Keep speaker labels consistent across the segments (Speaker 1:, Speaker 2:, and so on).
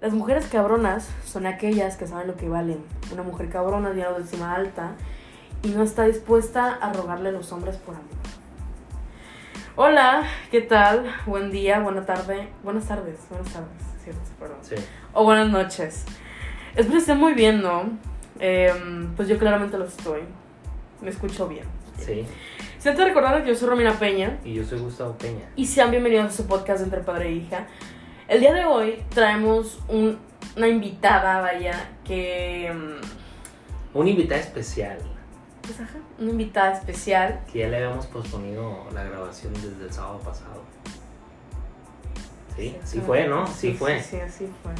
Speaker 1: Las mujeres cabronas son aquellas que saben lo que valen. Una mujer cabrona es de encima alta y no está dispuesta a rogarle a los hombres por amor. Hola, ¿qué tal? Buen día, buena tarde, buenas tardes, buenas tardes, ¿cierto? Perdón.
Speaker 2: Sí.
Speaker 1: O buenas noches. Espero que estén muy bien, ¿no? Eh, pues yo claramente lo estoy. Me escucho bien.
Speaker 2: Sí.
Speaker 1: Si antes de recordar que yo soy Romina Peña
Speaker 2: Y yo soy Gustavo Peña.
Speaker 1: y sean bienvenidos a su podcast de Entre Padre e Hija. El día de hoy traemos un- una invitada, vaya, que... mm,
Speaker 2: Una invitada especial,
Speaker 1: Pues ajá, una invitada especial.
Speaker 2: que ya le habíamos posponido la grabación desde el sábado pasado. Sí, sí fue, ¿no? Sí fue.
Speaker 1: Sí, sí, así fue.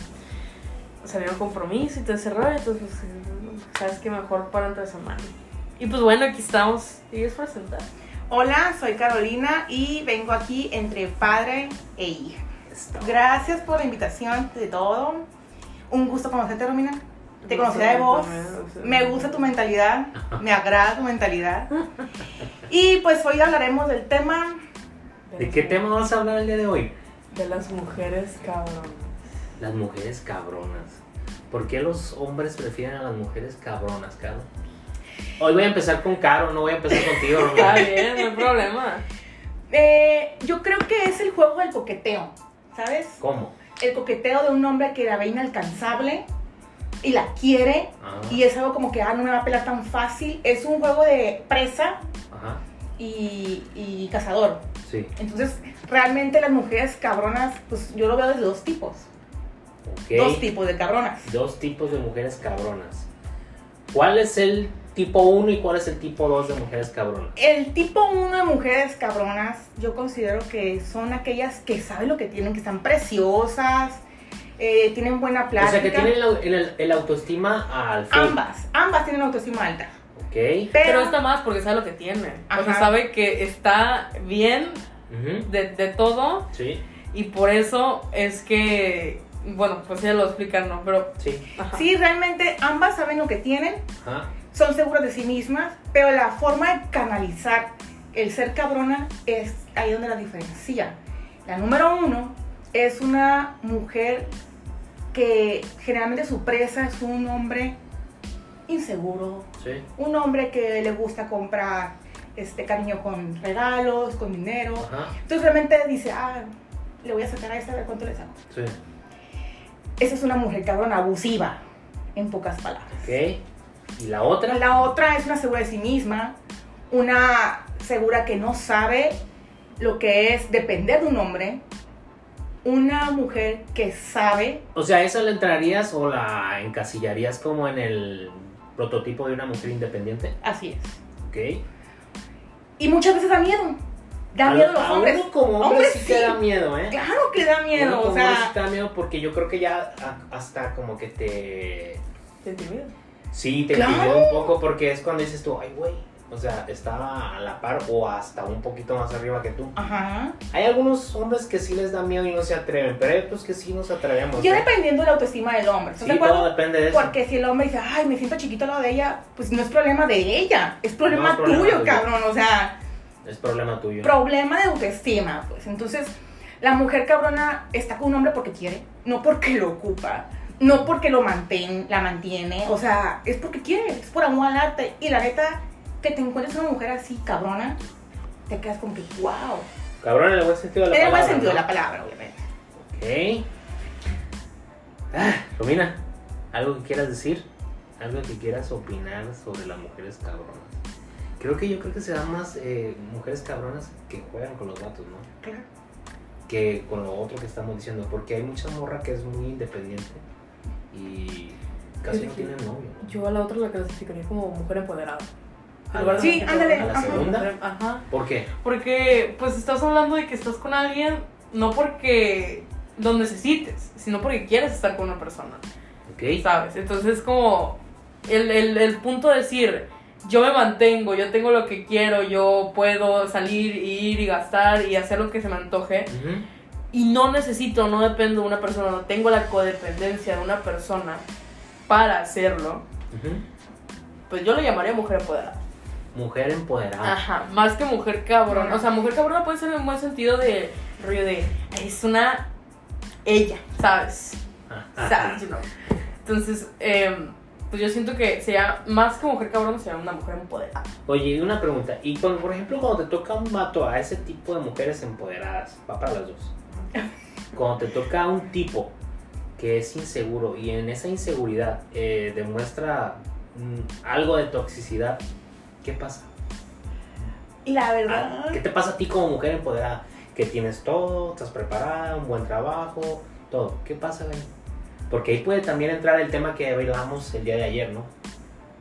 Speaker 1: Salió un compromiso y todo ese rollo, entonces, pues, sabes que mejor para entre semana. Y pues bueno, aquí estamos. Y es presentar.
Speaker 3: Hola, soy Carolina y vengo aquí entre padre e hija.
Speaker 2: Esto.
Speaker 3: Gracias por la invitación de todo. Un gusto conocerte, Romina. Te conocía de voz. Me gusta tu mentalidad. Me agrada tu mentalidad. Y pues hoy hablaremos del tema.
Speaker 2: ¿De qué tema vamos a hablar el día de hoy?
Speaker 1: De las mujeres, cabrón.
Speaker 2: Las mujeres cabronas. ¿Por qué los hombres prefieren a las mujeres cabronas, Caro? Hoy voy a empezar con Caro, no voy a empezar contigo,
Speaker 1: Está
Speaker 2: Romina.
Speaker 1: bien, no hay problema.
Speaker 3: eh, yo creo que es el juego del coqueteo, ¿sabes?
Speaker 2: ¿Cómo?
Speaker 3: El coqueteo de un hombre que la ve inalcanzable y la quiere.
Speaker 2: Ah,
Speaker 3: Y es algo como que, ah, no me va a pelar tan fácil. Es un juego de presa
Speaker 2: Ajá,
Speaker 3: y, y cazador.
Speaker 2: sí.
Speaker 3: Entonces, realmente las mujeres cabronas, pues yo lo veo desde dos tipos.
Speaker 2: Ok.
Speaker 3: Dos tipos de cabronas.
Speaker 2: Dos tipos de mujeres cabronas. ¿Cuál es el tipo 1 y cuál es el tipo 2 de mujeres cabronas?
Speaker 3: El tipo uno de mujeres cabronas, yo considero que son aquellas que saben lo que tienen, que están preciosas, eh, tienen buena
Speaker 2: O
Speaker 3: plática.
Speaker 2: sea, que tienen el, au- el- el autoestima al full.
Speaker 3: Ambas, ambas tienen autoestima alta.
Speaker 2: Ok.
Speaker 1: Pero
Speaker 3: Pero,
Speaker 1: está más porque sabe lo que tiene. O sea,
Speaker 3: Ajá.
Speaker 1: sabe que está bien
Speaker 2: Ujú.
Speaker 1: de, de todo
Speaker 2: Sí,
Speaker 1: y por eso es que, bueno, pues ella lo explica, ¿no? Pero...
Speaker 2: sí.
Speaker 1: ajá.
Speaker 3: sí, realmente ambas saben lo que tienen,
Speaker 2: Ajá.
Speaker 3: son seguras de sí mismas, pero la forma de canalizar el ser cabrona es ahí donde la diferencia. La número uno es una mujer que generalmente su presa es un hombre inseguro,
Speaker 2: Sí.
Speaker 3: un hombre que le gusta comprar este cariño con regalos, con dinero.
Speaker 2: Ajá.
Speaker 3: Entonces realmente dice, ah, le voy a sacar a esta, a ver cuánto le saco.
Speaker 2: Sí.
Speaker 3: Esa es una mujer cabrona abusiva, en pocas palabras.
Speaker 2: Ok. ¿Y la otra?
Speaker 3: La otra es una segura de sí misma, una segura que no sabe lo que es depender de un hombre, una mujer que sabe,
Speaker 2: O sea, ¿esa la entrarías o la encasillarías como en el prototipo de una mujer independiente?
Speaker 3: así es.
Speaker 2: Ok.
Speaker 3: Y muchas veces da miedo, da
Speaker 2: A-
Speaker 3: miedo a los
Speaker 2: a
Speaker 3: hombres.
Speaker 2: uno como hombre,
Speaker 3: Hombre,
Speaker 2: sí,
Speaker 3: sí.
Speaker 2: te da miedo, ¿eh?
Speaker 3: Claro que da
Speaker 2: Uno
Speaker 3: miedo,
Speaker 2: como
Speaker 3: o
Speaker 2: hombre sí
Speaker 3: sea,
Speaker 2: te da miedo porque yo creo que ya a- hasta como que te...
Speaker 1: ¿Te intimida?
Speaker 2: Sí, te
Speaker 3: Claro.
Speaker 2: intimida un poco porque es cuando dices tú, ay, güey. O sea, está a la par o hasta un poquito más arriba que tú.
Speaker 3: ajá.
Speaker 2: Hay algunos hombres que sí les da miedo y no se atreven, pero hay otros que sí nos atrevemos.
Speaker 3: Ya
Speaker 2: ¿no?
Speaker 3: dependiendo de la autoestima del hombre, ¿estás
Speaker 2: Sí,
Speaker 3: de
Speaker 2: todo
Speaker 3: acuerdo?
Speaker 2: depende de eso.
Speaker 3: Porque si el hombre dice, ay, me siento chiquito al lado de ella, pues no es problema de ella, es problema,
Speaker 2: No es problema
Speaker 3: tuyo,
Speaker 2: tuyo.
Speaker 3: cabrón, o sea.
Speaker 2: Es problema tuyo.
Speaker 3: problema de autoestima, pues. Entonces, la mujer cabrona está con un hombre porque quiere, no porque lo ocupa, no porque lo mantén, la mantiene, o sea, es porque quiere, es por amor al arte. Y la neta, que te encuentres una mujer así cabrona, te quedas con que, wow.
Speaker 2: Cabrón, en el buen sentido de la
Speaker 3: En el
Speaker 2: palabra.
Speaker 3: buen sentido de
Speaker 2: ¿no?
Speaker 3: la palabra, obviamente.
Speaker 2: Ok. Ah, Romina, ¿algo que quieras decir? ¿Algo que quieras opinar sobre las mujeres cabronas? Creo que yo creo que se dan más eh, mujeres cabronas que juegan con los gatos, ¿no?
Speaker 3: Claro.
Speaker 2: Que con lo otro que estamos diciendo, porque hay mucha morra que es muy independiente y casi no
Speaker 1: Fíjate que
Speaker 2: tiene novio. ¿no?
Speaker 1: Yo a la otra la clasificaría como mujer empoderada.
Speaker 2: A
Speaker 1: En lugar de
Speaker 2: la-
Speaker 3: Sí,
Speaker 1: mujer
Speaker 3: ándale,
Speaker 2: ¿A
Speaker 1: cabrona,
Speaker 2: la
Speaker 3: ajá.
Speaker 2: segunda?
Speaker 1: Ajá.
Speaker 2: ¿Por qué?
Speaker 1: Porque pues estás hablando de que estás con alguien no porque lo necesites, sino porque quieres estar con una persona,
Speaker 2: ¿Ok?
Speaker 1: ¿sabes? Entonces como el, el, el punto de decir, yo me mantengo, yo tengo lo que quiero, yo puedo salir, ir y gastar y hacer lo que se me antoje
Speaker 2: Ujú.
Speaker 1: y no necesito, no dependo de una persona, no tengo la codependencia de una persona para hacerlo,
Speaker 2: Ujú.
Speaker 1: pues yo lo llamaría mujer empoderada.
Speaker 2: Mujer empoderada.
Speaker 1: Ajá, más que mujer cabrona. O sea, mujer cabrona puede ser en buen sentido de rollo de. Es una. Ella, ¿sabes?
Speaker 2: Ah,
Speaker 1: Sánchez, no. Entonces, em, pues yo siento que sea más que mujer cabrona, sea una mujer empoderada.
Speaker 2: Oye, y una pregunta. Y cuando, por ejemplo, cuando te toca un vato a ese tipo de mujeres empoderadas, va para las dos. Cuando te toca un tipo que es inseguro y en esa inseguridad eh, demuestra mm, algo de toxicidad, ¿qué pasa?
Speaker 3: Y la
Speaker 2: Ah,
Speaker 3: verdad,
Speaker 2: ¿Qué te pasa a ti como mujer empoderada? Que tienes todo, estás preparada, un buen trabajo, todo. ¿Qué pasa ahí? Porque ahí puede también entrar el tema que hablamos el día de ayer, ¿no?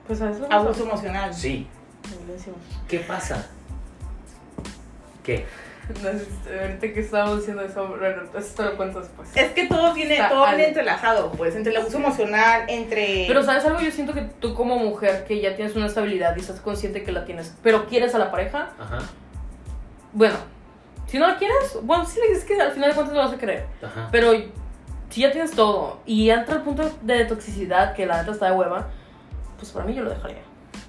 Speaker 1: Pues a eso vamos
Speaker 3: abuso emocional.
Speaker 2: Sí.
Speaker 1: a- le decimos.
Speaker 2: ¿Qué pasa? ¿Qué?
Speaker 1: Entonces, ahorita que estábamos diciendo eso, bueno, esto lo cuento después.
Speaker 3: Es que todo viene,
Speaker 1: Está
Speaker 3: todo viene
Speaker 1: al-
Speaker 3: entrelazado, pues, entre el abuso emocional, entre...
Speaker 1: Pero sabes algo, yo siento que tú como mujer que ya tienes una estabilidad y estás consciente que la tienes, pero quieres a la pareja,
Speaker 2: Ajá,
Speaker 1: bueno, si no la quieres, bueno, sí es que al final de cuentas lo vas a querer,
Speaker 2: ajá.
Speaker 1: pero si ya tienes todo y entra el punto de toxicidad que la neta está de hueva, pues para mí yo lo dejaría.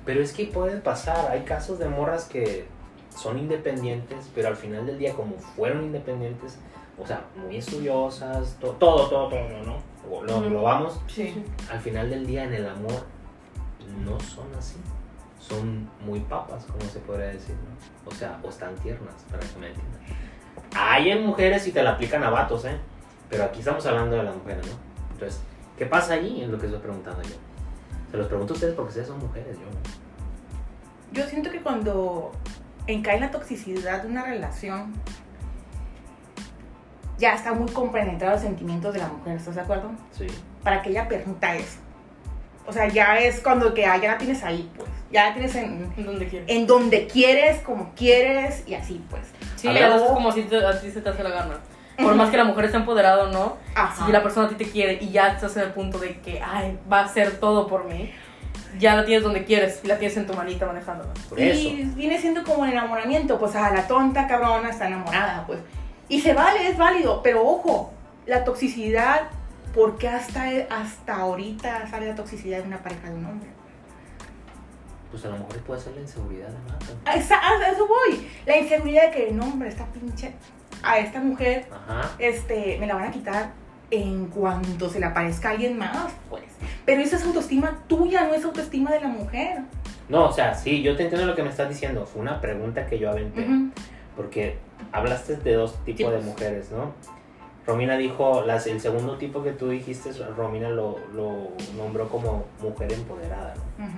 Speaker 2: Pero es que puede pasar, hay casos de morras que son independientes, pero al final del día como fueron independientes, o sea, muy estudiosas, to- todo, todo, todo, ¿no? Lo- Lo
Speaker 1: Ujú.
Speaker 2: englobamos,
Speaker 1: Sí.
Speaker 2: al final del día en el amor no son así. Son muy papas, como se podría decir, ¿no? O sea, o están tiernas, para que me entiendan. Hay en mujeres y te la aplican a vatos, ¿eh? Pero aquí estamos hablando de las mujeres, ¿no? Entonces, ¿qué pasa allí? Es lo que estoy preguntando yo. Se los pregunto a ustedes porque ustedes son mujeres, yo no.
Speaker 3: Yo siento que cuando encae en la toxicidad de una relación, ya está muy compenetrado los sentimientos de la mujer, ¿estás de acuerdo?
Speaker 2: Sí.
Speaker 3: Para que ella permita eso. O sea, ya es cuando que ah, ya la tienes ahí, pues. Ya la tienes en,
Speaker 1: Donde quieres.
Speaker 2: Eh,
Speaker 3: en donde quieres, como quieres y así, pues.
Speaker 1: Sí,
Speaker 2: A
Speaker 1: ya
Speaker 2: ver.
Speaker 1: lo haces como si te- a ti se te hace la gana. Por más que la mujer esté empoderada o no,
Speaker 3: Ajá.
Speaker 1: si la persona a ti te quiere y ya estás en el punto de que, ay, va a hacer todo por mí, ya la tienes donde quieres y la tienes en tu manita manejándola.
Speaker 2: Por
Speaker 3: Y
Speaker 2: eso.
Speaker 3: viene siendo como el enamoramiento, pues a la tonta cabrona está enamorada, pues. Y se vale, es válido, pero ojo, la toxicidad, ¿por qué hasta, hasta ahorita sale la toxicidad de una pareja de un hombre?
Speaker 2: Pues a lo mejor puede ser la inseguridad de Mata.
Speaker 3: A, esa- a eso voy, la inseguridad de que no, hombre, esta pinche, a esta mujer,
Speaker 2: Ajá.
Speaker 3: este, me la van a quitar en cuanto se le aparezca alguien más, pues. Pero esa es autoestima tuya, no es autoestima de la mujer.
Speaker 2: No, o sea, sí, yo te entiendo lo que me estás diciendo. Fue una pregunta que yo aventé.
Speaker 3: Ujú.
Speaker 2: porque hablaste de dos tipos de
Speaker 1: Tipos.
Speaker 2: mujeres, ¿no? Romina dijo, las, el segundo tipo que tú dijiste, Romina lo, lo nombró como mujer empoderada, ¿no?
Speaker 3: Ujú.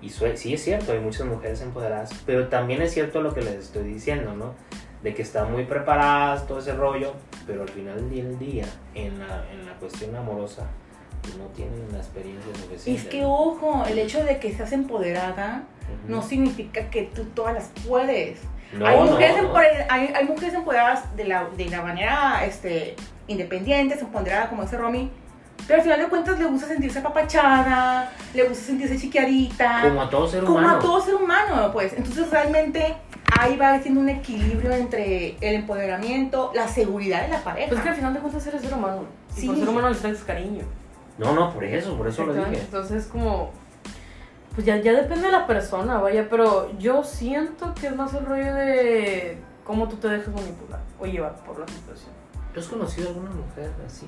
Speaker 2: Y sue- sí es cierto, hay muchas mujeres empoderadas, pero también es cierto lo que les estoy diciendo, ¿no? De que están muy preparadas, todo ese rollo, pero al final del día, en la, en la cuestión amorosa, pues no tienen la experiencia
Speaker 3: Y
Speaker 2: suficiente.
Speaker 3: es que,
Speaker 2: ¿no?
Speaker 3: ojo, el hecho de que seas empoderada
Speaker 2: Ujú.
Speaker 3: no significa que tú todas las puedes.
Speaker 2: No,
Speaker 3: hay,
Speaker 2: no,
Speaker 3: mujeres
Speaker 2: no.
Speaker 3: empoderadas, hay, hay mujeres empoderadas de la, de la manera este, independiente, empoderada, como dice Romy. Pero al final de cuentas le gusta sentirse apapachada, le gusta sentirse chiquiarita.
Speaker 2: Como a todo ser
Speaker 3: como
Speaker 2: humano.
Speaker 3: a todo ser humano, pues. Entonces realmente ahí va siendo un equilibrio entre el empoderamiento, la seguridad de la pareja.
Speaker 1: Pues que al final de cuentas eres ser humano. Y
Speaker 3: Sí.
Speaker 1: por ser humano necesitas cariño.
Speaker 2: No, no, por eso, por eso lo
Speaker 1: Exactamente.
Speaker 2: dije.
Speaker 1: Entonces, como. Pues ya, ya depende de la persona, vaya, pero yo siento que es más el rollo de cómo tú te dejas manipular o llevar por la situación.
Speaker 2: ¿Tú has conocido alguna mujer así?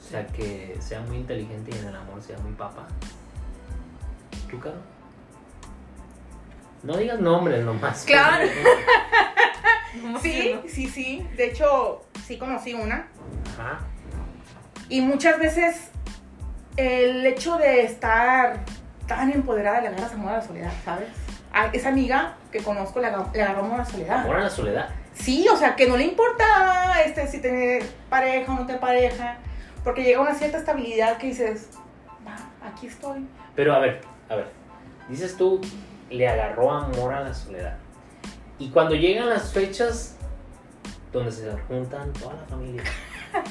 Speaker 2: O sea, que sea muy inteligente y en el amor sea muy papa. ¿Tú, Caro? No digas nombres nomás.
Speaker 3: Claro. Sí,
Speaker 1: Sí.
Speaker 3: sí, sí. De hecho, sí conocí una.
Speaker 2: Ajá.
Speaker 3: Y muchas veces el hecho de estar tan empoderada le agarras amor a la soledad, ¿sabes? A esa amiga que conozco le, aga- le agarró amor a la soledad.
Speaker 2: Amor a la soledad.
Speaker 3: Sí, o sea, que no le importa este, si tener pareja o no tener pareja, porque llega una cierta estabilidad que dices, va, aquí estoy.
Speaker 2: Pero a ver, a ver. Dices tú, le agarró amor a la soledad. Y cuando llegan las fechas donde se juntan toda la familia.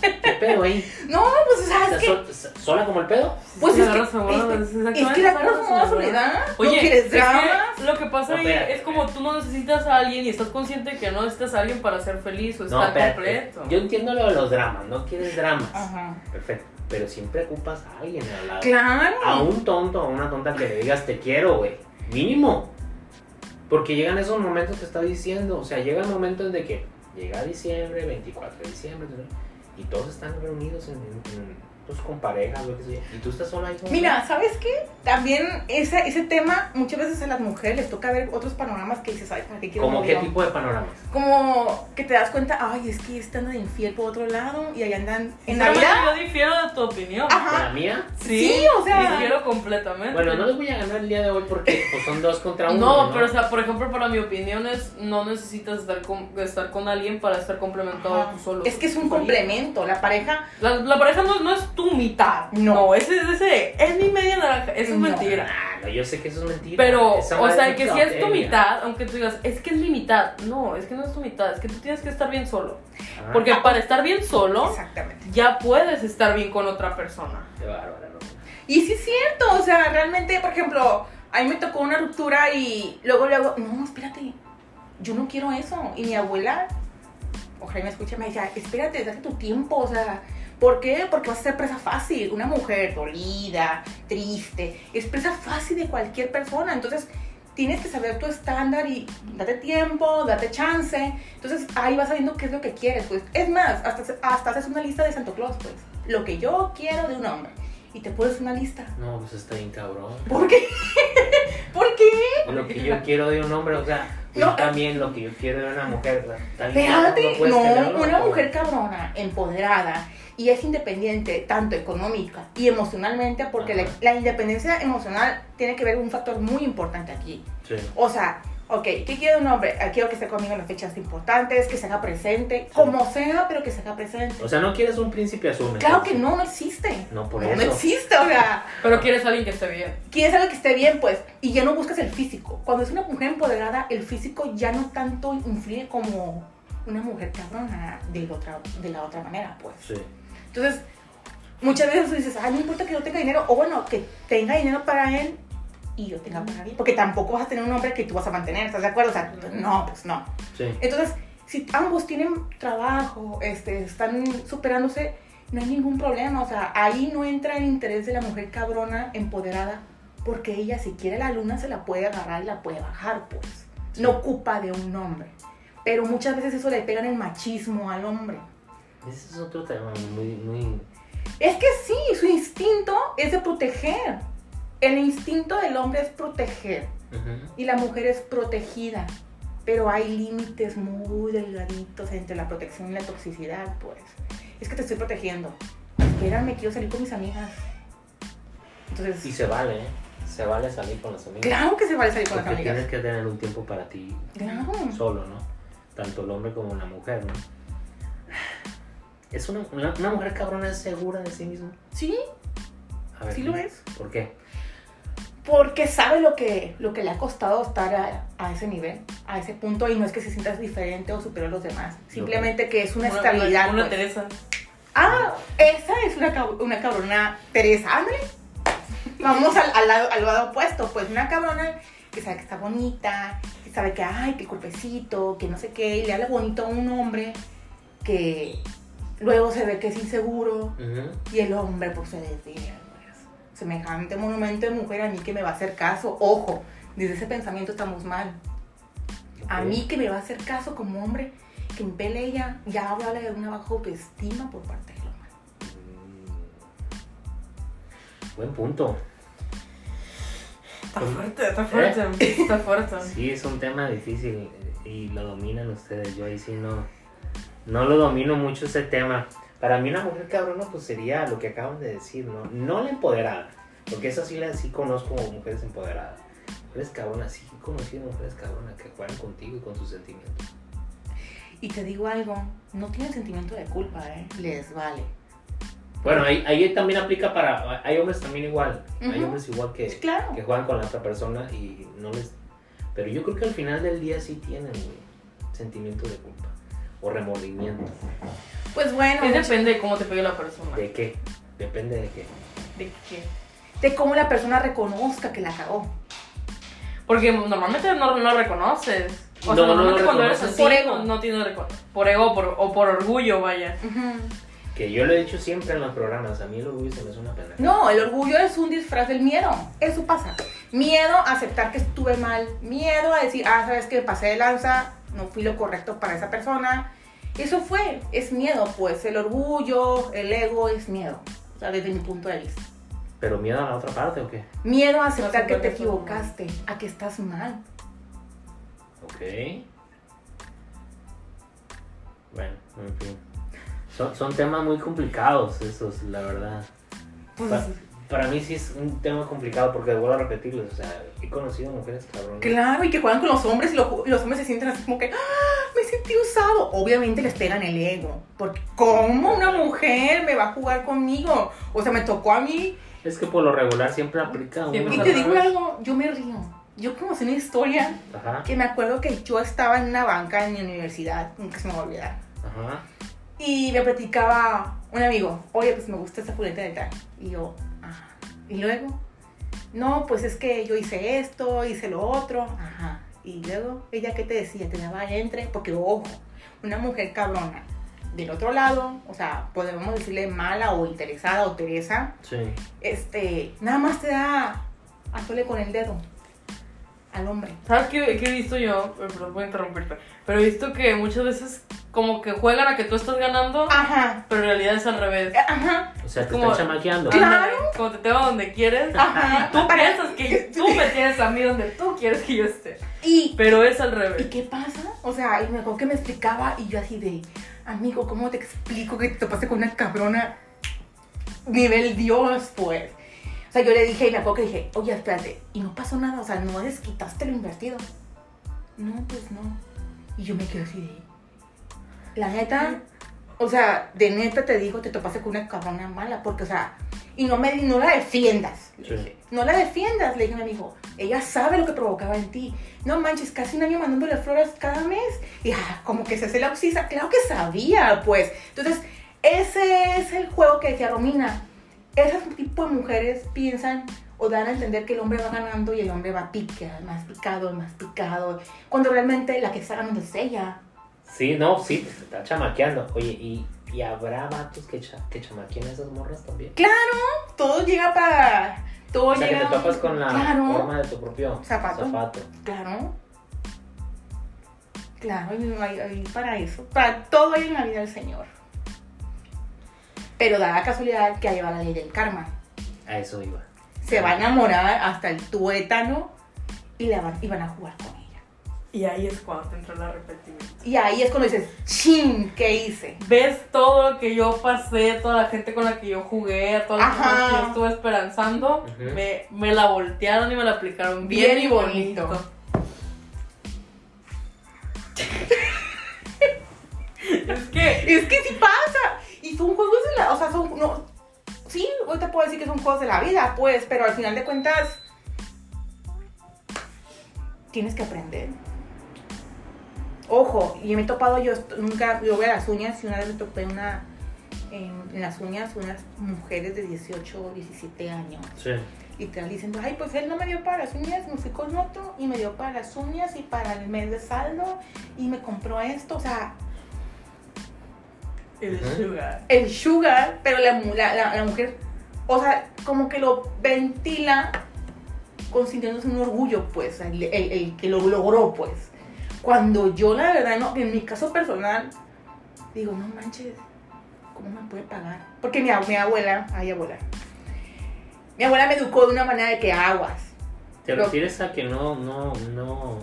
Speaker 2: ¿Qué pedo ahí?
Speaker 3: No, pues, o sea, es
Speaker 2: ¿Estás
Speaker 3: que,
Speaker 2: sol- ¿Sola como el pedo?
Speaker 3: pues
Speaker 1: Le
Speaker 3: es que,
Speaker 1: agarras amor a la-
Speaker 3: es, que- es
Speaker 1: exactamente,
Speaker 3: que le agarras
Speaker 1: agarras
Speaker 3: amor a la
Speaker 1: amor.
Speaker 3: soledad, no
Speaker 1: Oye,
Speaker 3: quieres
Speaker 1: es que
Speaker 3: drama.
Speaker 1: lo que pasa
Speaker 2: No,
Speaker 1: ahí
Speaker 2: espérate,
Speaker 1: es como tú no necesitas a alguien y estás consciente que no necesitas a alguien para ser feliz o
Speaker 3: Pues
Speaker 1: estar
Speaker 2: espérate.
Speaker 1: completo.
Speaker 2: Yo entiendo lo de los dramas, no quieres dramas.
Speaker 3: Ajá.
Speaker 2: Perfecto. Pero siempre ocupas a alguien al lado.
Speaker 3: Claro.
Speaker 2: A un tonto o a una tonta que le digas te quiero, güey. Mínimo. Porque llegan esos momentos que está diciendo. O sea, llega el momento en de que llega diciembre, 24 de diciembre. ¿no? y todos están reunidos en, en- en, pues, con parejas, lo que sea, y tú estás sola ahí. como-
Speaker 3: Mira, ¿sabes qué? También esa- ese tema, muchas veces a las mujeres les toca ver otros panoramas que dices, ay, ¿para qué quiero
Speaker 2: ¿Cómo qué
Speaker 3: novio?"
Speaker 2: tipo de panoramas?
Speaker 3: Como que te das cuenta, ay, es que esta anda de infiel por otro lado y ahí andan en
Speaker 1: Sinceramente,
Speaker 3: Navidad.
Speaker 1: Yo difiero de tu opinión.
Speaker 3: Ajá.
Speaker 2: ¿De ¿La mía?
Speaker 1: Sí,
Speaker 3: Sí, o sea.
Speaker 1: Difiero completamente.
Speaker 2: ah, Bueno, no les voy a ganar el día de hoy porque pues, son dos contra uno.
Speaker 1: No, pero o sea, por ejemplo, para mi opinión es no necesitas estar con, estar con alguien para estar complementado
Speaker 3: Ajá.
Speaker 1: tú solo.
Speaker 3: Es que es un
Speaker 1: Solito.
Speaker 3: complemento, la pareja.
Speaker 1: La, la pareja no, no es tu mitad.
Speaker 3: No.
Speaker 1: ese, ese es mi media naranja. Eso es
Speaker 3: No.
Speaker 1: mentira.
Speaker 2: Ah, no, yo sé que eso es mentira.
Speaker 1: Pero,
Speaker 2: Esa
Speaker 1: o
Speaker 2: madre
Speaker 1: sea, que si es tu
Speaker 2: tontería.
Speaker 1: mitad, aunque tú digas, es que es mi mitad. No, es que no es tu mitad, es que tú tienes que estar bien solo.
Speaker 2: Ah,
Speaker 1: Porque para estar bien solo,
Speaker 3: Exactamente.
Speaker 1: ya puedes estar bien con otra persona.
Speaker 2: Qué bárbara, ¿no?
Speaker 3: Y sí es cierto, o sea, realmente, por ejemplo, a mí me tocó una ruptura y luego le hago, no, espérate, yo no quiero eso. Y mi abuela, ojalá y me escuche, me decía, espérate, date tu tiempo, o sea, ¿por qué? Porque vas a ser presa fácil. Una mujer dolida, triste, es presa fácil de cualquier persona. Entonces, tienes que saber tu estándar y date tiempo, date chance. Entonces, ahí vas sabiendo qué es lo que quieres, pues. Es más, hasta, hasta haces una lista de Santo Claus, pues. Lo que yo quiero de un hombre. Y te pones una lista.
Speaker 2: No, pues está bien cabrón.
Speaker 3: ¿Por qué? ¿Por qué?
Speaker 2: Lo que yo quiero de un hombre, o sea,
Speaker 3: No.
Speaker 2: yo también lo que yo quiero de una mujer. o sea, está bien cabrón,
Speaker 3: Espérate,
Speaker 2: puedes tenerlo,
Speaker 3: no, una
Speaker 2: o-
Speaker 3: mujer cabrona, empoderada y es independiente tanto económica y emocionalmente, porque la,
Speaker 2: Ajá.
Speaker 3: la independencia emocional tiene que ver un factor muy importante aquí.
Speaker 2: Sí.
Speaker 3: O sea, ok, ¿qué quiero de un hombre? Ah, Quiero que esté conmigo en las fechas importantes, que se haga presente, como sea, pero que se haga presente.
Speaker 2: O sea, no quieres un príncipe azul. ¿me
Speaker 3: Claro que
Speaker 2: entiendes?
Speaker 3: no, no existe.
Speaker 2: No, por
Speaker 3: no,
Speaker 2: eso.
Speaker 3: no existe, o sea.
Speaker 1: Pero quieres a alguien que esté bien.
Speaker 3: quieres algo que esté bien, pues, y ya no buscas el físico. Cuando es una mujer empoderada, el físico ya no tanto influye como una mujer cabrona de la otra, de la otra manera, pues.
Speaker 2: Sí.
Speaker 3: Entonces, muchas veces tú dices, ah, no importa que no tenga dinero, o bueno, que tenga dinero para él y yo tenga para mí. Porque tampoco vas a tener un hombre que tú vas a mantener, ¿estás de acuerdo? O sea, pues, no, pues no.
Speaker 2: Sí.
Speaker 3: Entonces, si ambos tienen trabajo, este, están superándose, no hay ningún problema. O sea, ahí no entra el interés de la mujer cabrona empoderada, porque ella si quiere la luna se la puede agarrar y la puede bajar, pues. No ocupa de un hombre. Pero muchas veces eso le pegan el machismo al hombre.
Speaker 2: Ese es otro tema muy, muy.
Speaker 3: Es que sí, su instinto es de proteger. El instinto del hombre es proteger
Speaker 2: Ujú.
Speaker 3: y la mujer es protegida, pero hay límites muy delgaditos entre la protección y la toxicidad, pues. Es que te estoy protegiendo. Espérame, quiero salir con mis amigas.
Speaker 2: Y
Speaker 3: Entonces,
Speaker 2: se vale, ¿eh? Se vale salir con las amigas.
Speaker 3: claro que se vale salir con las
Speaker 2: Porque tienes
Speaker 3: amigas. Mm.
Speaker 2: que tener un tiempo para ti
Speaker 3: Claro.
Speaker 2: solo, ¿no? Tanto el hombre como la mujer, ¿no? Es una, una, una mujer cabrona es segura de sí misma.
Speaker 3: Sí,
Speaker 2: A ver,
Speaker 3: sí lo es.
Speaker 2: ¿Por qué?
Speaker 3: Porque sabe lo que, lo que le ha costado estar a, a ese nivel, a ese punto, y no es que se sienta diferente o superior a los demás. Simplemente que es una estabilidad.
Speaker 1: Una,
Speaker 3: pues.
Speaker 1: Teresa.
Speaker 3: Ah, esa es una, cab- una cabrona Teresa. Ándale. Vamos al, al lado, al lado opuesto. Pues una cabrona que sabe que está bonita, que sabe que, ay, que cuerpecito, que no sé qué, y le habla bonito a un hombre que luego se ve que es inseguro
Speaker 2: Ujú.
Speaker 3: y el hombre pues se desvía. pues. Semejante monumento de mujer a mí que me va a hacer caso. Ojo, desde ese pensamiento estamos mal. A
Speaker 2: Ok.
Speaker 3: mí que me va a hacer caso como hombre, que me pele ella, ya habla de una baja autoestima por parte del hombre.
Speaker 2: Mm. Buen punto.
Speaker 1: Está
Speaker 2: Pues,
Speaker 1: fuerte,
Speaker 2: ¿eh?
Speaker 1: está fuerte, está fuerte.
Speaker 2: Sí, es un tema difícil eh, y lo dominan ustedes. Yo ahí sí no, no lo domino mucho ese tema. Para mí una mujer cabrona pues sería lo que acaban de decir, ¿no? No la empoderada, porque esa sí, la, sí conozco mujeres empoderadas. Mujeres cabronas, sí he conocido mujeres cabronas que juegan contigo y con tus sentimientos.
Speaker 3: Y te digo algo, no tienen sentimiento de culpa, ¿eh? Les vale.
Speaker 2: Bueno, ahí, ahí también aplica para... Hay hombres también igual. Hay
Speaker 3: Ujú.
Speaker 2: hombres igual que,
Speaker 3: Claro.
Speaker 2: que juegan con la otra persona y no les... Pero yo creo que al final del día sí tienen güey, sentimiento de culpa o remordimiento.
Speaker 3: Pues bueno,
Speaker 1: Es depende de cómo te pegue la persona.
Speaker 2: ¿De qué? Depende de qué.
Speaker 1: ¿De qué?
Speaker 3: de cómo la persona reconozca que la cagó.
Speaker 1: Porque normalmente no, no reconoces. O
Speaker 2: No, no
Speaker 1: sea, normalmente
Speaker 2: lo
Speaker 1: cuando eres
Speaker 2: reconoces.
Speaker 1: así,
Speaker 3: Por ego.
Speaker 1: no, no tienes reco- por ego por- o por orgullo, vaya.
Speaker 2: Que yo lo he dicho siempre en los programas, a mí el orgullo se me hace una pena.
Speaker 3: No, el orgullo es un disfraz del miedo. Eso pasa. Miedo a aceptar que estuve mal. Miedo a decir, ah, sabes que pasé de lanza, no fui lo correcto para esa persona. Eso fue, es miedo, pues. El orgullo, el ego es miedo. O sea, desde mi punto de vista.
Speaker 2: ¿Pero miedo a la otra parte o qué?
Speaker 3: Miedo a aceptar
Speaker 1: No,
Speaker 3: que
Speaker 1: siento
Speaker 3: te
Speaker 1: que eso-
Speaker 3: equivocaste, a que estás mal.
Speaker 2: Ok. Bueno, en fin. Son, son temas muy complicados esos, la verdad.
Speaker 3: Pues,
Speaker 2: Pa- para mí sí es un tema complicado porque vuelvo a repetirles, o sea, he conocido mujeres cabronas.
Speaker 3: Claro, y que juegan con los hombres y lo- y los, hombres se sienten así como que, "Ah, me sentí usado. Obviamente les pegan el ego, porque ¿cómo una mujer me va a jugar conmigo? O sea, me tocó a mí
Speaker 2: Es que por lo regular siempre aplica
Speaker 1: Siempre
Speaker 3: y
Speaker 2: una...
Speaker 3: te digo algo, yo me río. Yo conocí una historia
Speaker 2: Ajá,
Speaker 3: que me acuerdo que yo estaba en una banca en mi universidad, nunca se me va a olvidar.
Speaker 2: ajá.
Speaker 3: Y me platicaba un amigo, oye, pues me gusta esta fuleta de tal. Y yo, ajá. Y luego, no, pues es que yo hice esto, hice lo otro, ajá. Y luego, ella qué te decía, te daba entre, porque ojo, una mujer cabrona del otro lado, o sea, podemos decirle mala o interesada o Teresa,
Speaker 2: Sí.
Speaker 3: este, nada más te da atole con el dedo al hombre.
Speaker 1: ¿Sabes qué, qué he visto yo? Eh, Perdón, voy a interrumpirte. Pero he visto que muchas veces como que juegan a que tú estás ganando,
Speaker 3: Ah. Ajá,
Speaker 1: pero en realidad es al revés.
Speaker 3: ajá,
Speaker 2: O sea, te
Speaker 1: Como-
Speaker 2: están chamaqueando.
Speaker 3: Ah, Claro. Ah,
Speaker 1: Ándale, Como te tengo donde quieres.
Speaker 3: ajá.
Speaker 1: Tú piensas que tú me tienes a mí donde tú quieres que yo esté.
Speaker 3: Y
Speaker 1: Pero es al
Speaker 3: ¿y
Speaker 1: revés.
Speaker 3: qué pasa? O sea, y me acuerdo que me explicaba y yo así de, amigo, ¿cómo te explico que te topaste con una cabrona nivel Dios, pues? O sea, yo le dije y me acuerdo que dije, oye, espérate, y no pasó nada, o sea, no desquitaste lo invertido. No, pues no. Y yo me quedé así de, la neta, o sea, de neta te digo, te topaste con una cabrona mala, porque, o sea, y no, me, no la defiendas. le
Speaker 2: Sí.
Speaker 3: dije. No la defiendas, le dije a mi amigo. Ella sabe lo que provocaba en ti. No manches, casi un año mandándole flores cada mes. Y ah, como que se hace la oxisa. Claro que sabía, pues. Entonces, ese es el juego que decía Romina. Ese tipo de mujeres piensan o dan a entender que el hombre va ganando y el hombre va pica, más picado, más picado. Cuando realmente la que está ganando es ella.
Speaker 2: Sí, no, sí, te está chamaqueando. Oye, ¿y, y habrá vatos que, cha- que chamaqueen a esas morras también?
Speaker 3: Todo llega para. Todo
Speaker 2: O sea, que
Speaker 3: llega.
Speaker 2: te topas con la
Speaker 3: Claro.
Speaker 2: forma de tu propio
Speaker 3: Zapato.
Speaker 2: zapato.
Speaker 3: Claro. Claro, y no hay, hay para eso. Para todo hay en la vida del Señor. Pero da la casualidad que ahí va la ley del karma.
Speaker 2: A eso iba.
Speaker 3: Se va a enamorar hasta el tuétano y, la van, y van a jugar con ella.
Speaker 1: Y ahí es cuando te entra el arrepentimiento.
Speaker 3: Y ahí es cuando dices, ¡chin! ¿Qué hice?
Speaker 1: Ves todo lo que yo pasé, toda la gente con la que yo jugué, toda la gente con la
Speaker 3: Ajá.
Speaker 1: que yo estuve esperanzando.
Speaker 2: Ujú.
Speaker 1: me, me la voltearon y me la aplicaron bien,
Speaker 3: Bien
Speaker 1: y
Speaker 3: y
Speaker 1: bonito.
Speaker 3: bonito.
Speaker 1: es que
Speaker 3: Es que sí pasa. Y son juegos de la. O sea, son. No, sí, hoy te puedo decir que son juegos de la vida, pues, pero al final de cuentas. Tienes que aprender. Ojo, y me he topado yo, est- nunca, yo voy a las uñas y una vez me topé una, en, en las uñas unas mujeres de 18 o 17 años
Speaker 2: Sí.
Speaker 3: literal diciendo, ay, pues él no me dio para las uñas, me fui con otro y me dio para las uñas y para el mes de saldo y me compró esto, o sea,
Speaker 1: el
Speaker 2: Ujú.
Speaker 1: sugar.
Speaker 3: el sugar, pero la, mu- la, la- la mujer, o sea, como que lo ventila consintiéndose un orgullo, pues, el, el- el que lo logró, pues. Cuando yo, la verdad, no, en mi caso personal, digo, no manches, ¿cómo me puede pagar? Porque mi, ab- mi abuela, ay, abuela, mi abuela me educó de una manera de que aguas.
Speaker 2: ¿Te
Speaker 3: Lo-
Speaker 2: refieres a que no, no, no?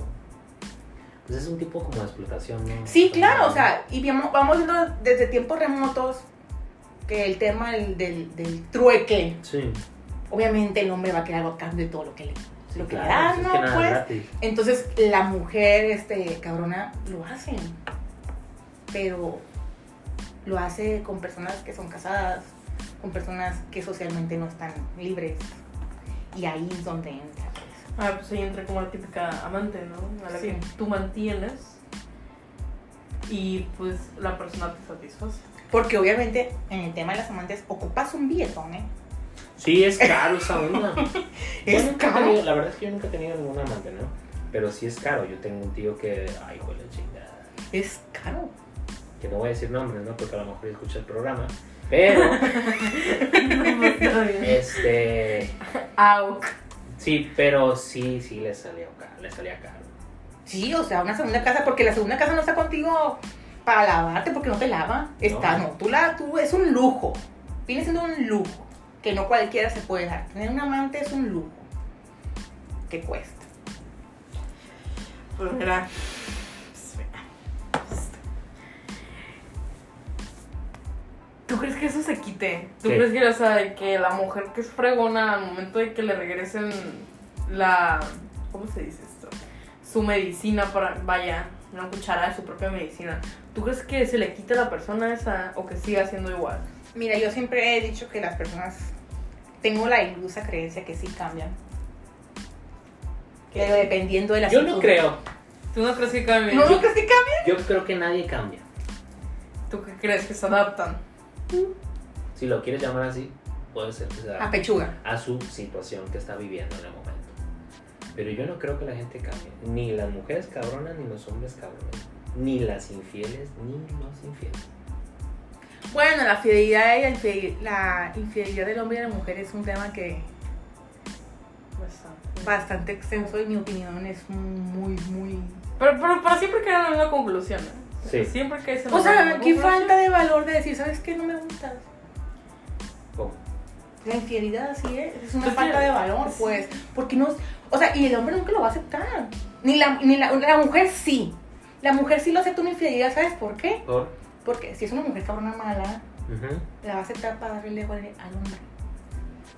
Speaker 2: Pues es un tipo como de explotación, ¿no?
Speaker 3: Sí, claro, o sea, y vamos, vamos viendo desde tiempos remotos que el tema del, del, del trueque,
Speaker 2: Sí.
Speaker 3: obviamente el hombre va a quedar algo a cambio de todo lo que le,
Speaker 2: sí,
Speaker 3: lo que le
Speaker 2: claro,
Speaker 3: dan,
Speaker 2: es
Speaker 3: ¿no?
Speaker 2: que nada
Speaker 3: pues.
Speaker 2: gratis.
Speaker 3: Entonces la mujer, este, cabrona, lo hace, pero lo hace con personas que son casadas, con personas que socialmente no están libres, y ahí es donde entra. pues.
Speaker 1: Ah, pues ahí entra como la típica amante, ¿no? A la
Speaker 3: Sí.
Speaker 1: que tú mantienes y pues la persona te satisface.
Speaker 3: Porque obviamente en el tema de las amantes ocupas un billetón, ¿eh?
Speaker 2: Sí, es caro esa onda.
Speaker 3: Es
Speaker 2: Yo nunca he
Speaker 3: caro.
Speaker 2: tenido- la verdad es que yo nunca he tenido ningún amante, ¿no? Pero sí es caro. Yo tengo un tío que, ay, hijo de la chingada.
Speaker 3: Es caro.
Speaker 2: Que no voy a decir nombres, ¿no? Porque a lo mejor escucha el programa. Pero,
Speaker 3: Eh.
Speaker 2: este.
Speaker 1: Au.
Speaker 2: Sí, pero sí, sí le salía caro. Le salía caro.
Speaker 3: Sí, o sea, una segunda casa, porque la segunda casa no está contigo para lavarte porque no te lava. Está, no, tú, la, tú es un lujo. Viene siendo un lujo que no cualquiera se puede dar. Tener un amante es un lujo que cuesta.
Speaker 1: Pues mira. ¿Tú crees que eso se quite? ¿Tú
Speaker 2: ¿Qué?
Speaker 1: crees que, o sea, de que la mujer que es fregona al momento de que le regresen la. ¿Cómo se dice esto? Su medicina para. Vaya, una cuchara de su propia medicina. ¿Tú crees que se le quite a la persona esa o que siga siendo igual?
Speaker 3: Mira, yo siempre he dicho que las personas. Tengo la ilusa creencia que sí cambian. Pero dependiendo de la
Speaker 2: Yo no
Speaker 3: situación.
Speaker 2: creo.
Speaker 1: ¿Tú no crees que cambien?
Speaker 3: ¿No, no crees que cambia?
Speaker 2: Yo creo que nadie cambia.
Speaker 1: ¿Tú qué crees que se adaptan?
Speaker 2: Si lo quieres llamar así, puede ser que se
Speaker 3: A
Speaker 2: adapte
Speaker 3: pechuga.
Speaker 2: a su situación que está viviendo en el momento. Pero yo no creo que la gente cambie. Ni las mujeres cabronas, ni los hombres cabrones. Ni las infieles, ni los infieles.
Speaker 3: Bueno, la fidelidad y la infidel- la infidelidad del hombre y de la mujer es un tema que bastante extenso y mi opinión es muy, muy...
Speaker 1: Pero, pero, pero siempre queda la misma conclusión, ¿eh?
Speaker 2: Sí.
Speaker 1: Siempre que se
Speaker 3: O sea, qué falta de valor de decir, ¿sabes qué? No me gustas.
Speaker 2: ¿Cómo?
Speaker 3: La infidelidad así es, es una
Speaker 1: Pues
Speaker 3: falta
Speaker 1: sí.
Speaker 3: de valor,
Speaker 1: Sí.
Speaker 3: pues. Porque no, o sea, y el hombre nunca lo va a aceptar. Ni la, ni la, la mujer sí. La mujer sí lo acepta una infidelidad, ¿sabes por qué?
Speaker 2: ¿Por?
Speaker 3: Porque si es una mujer cabrona mala,
Speaker 2: Ujú.
Speaker 3: la va a aceptar para darle el ego al al hombre.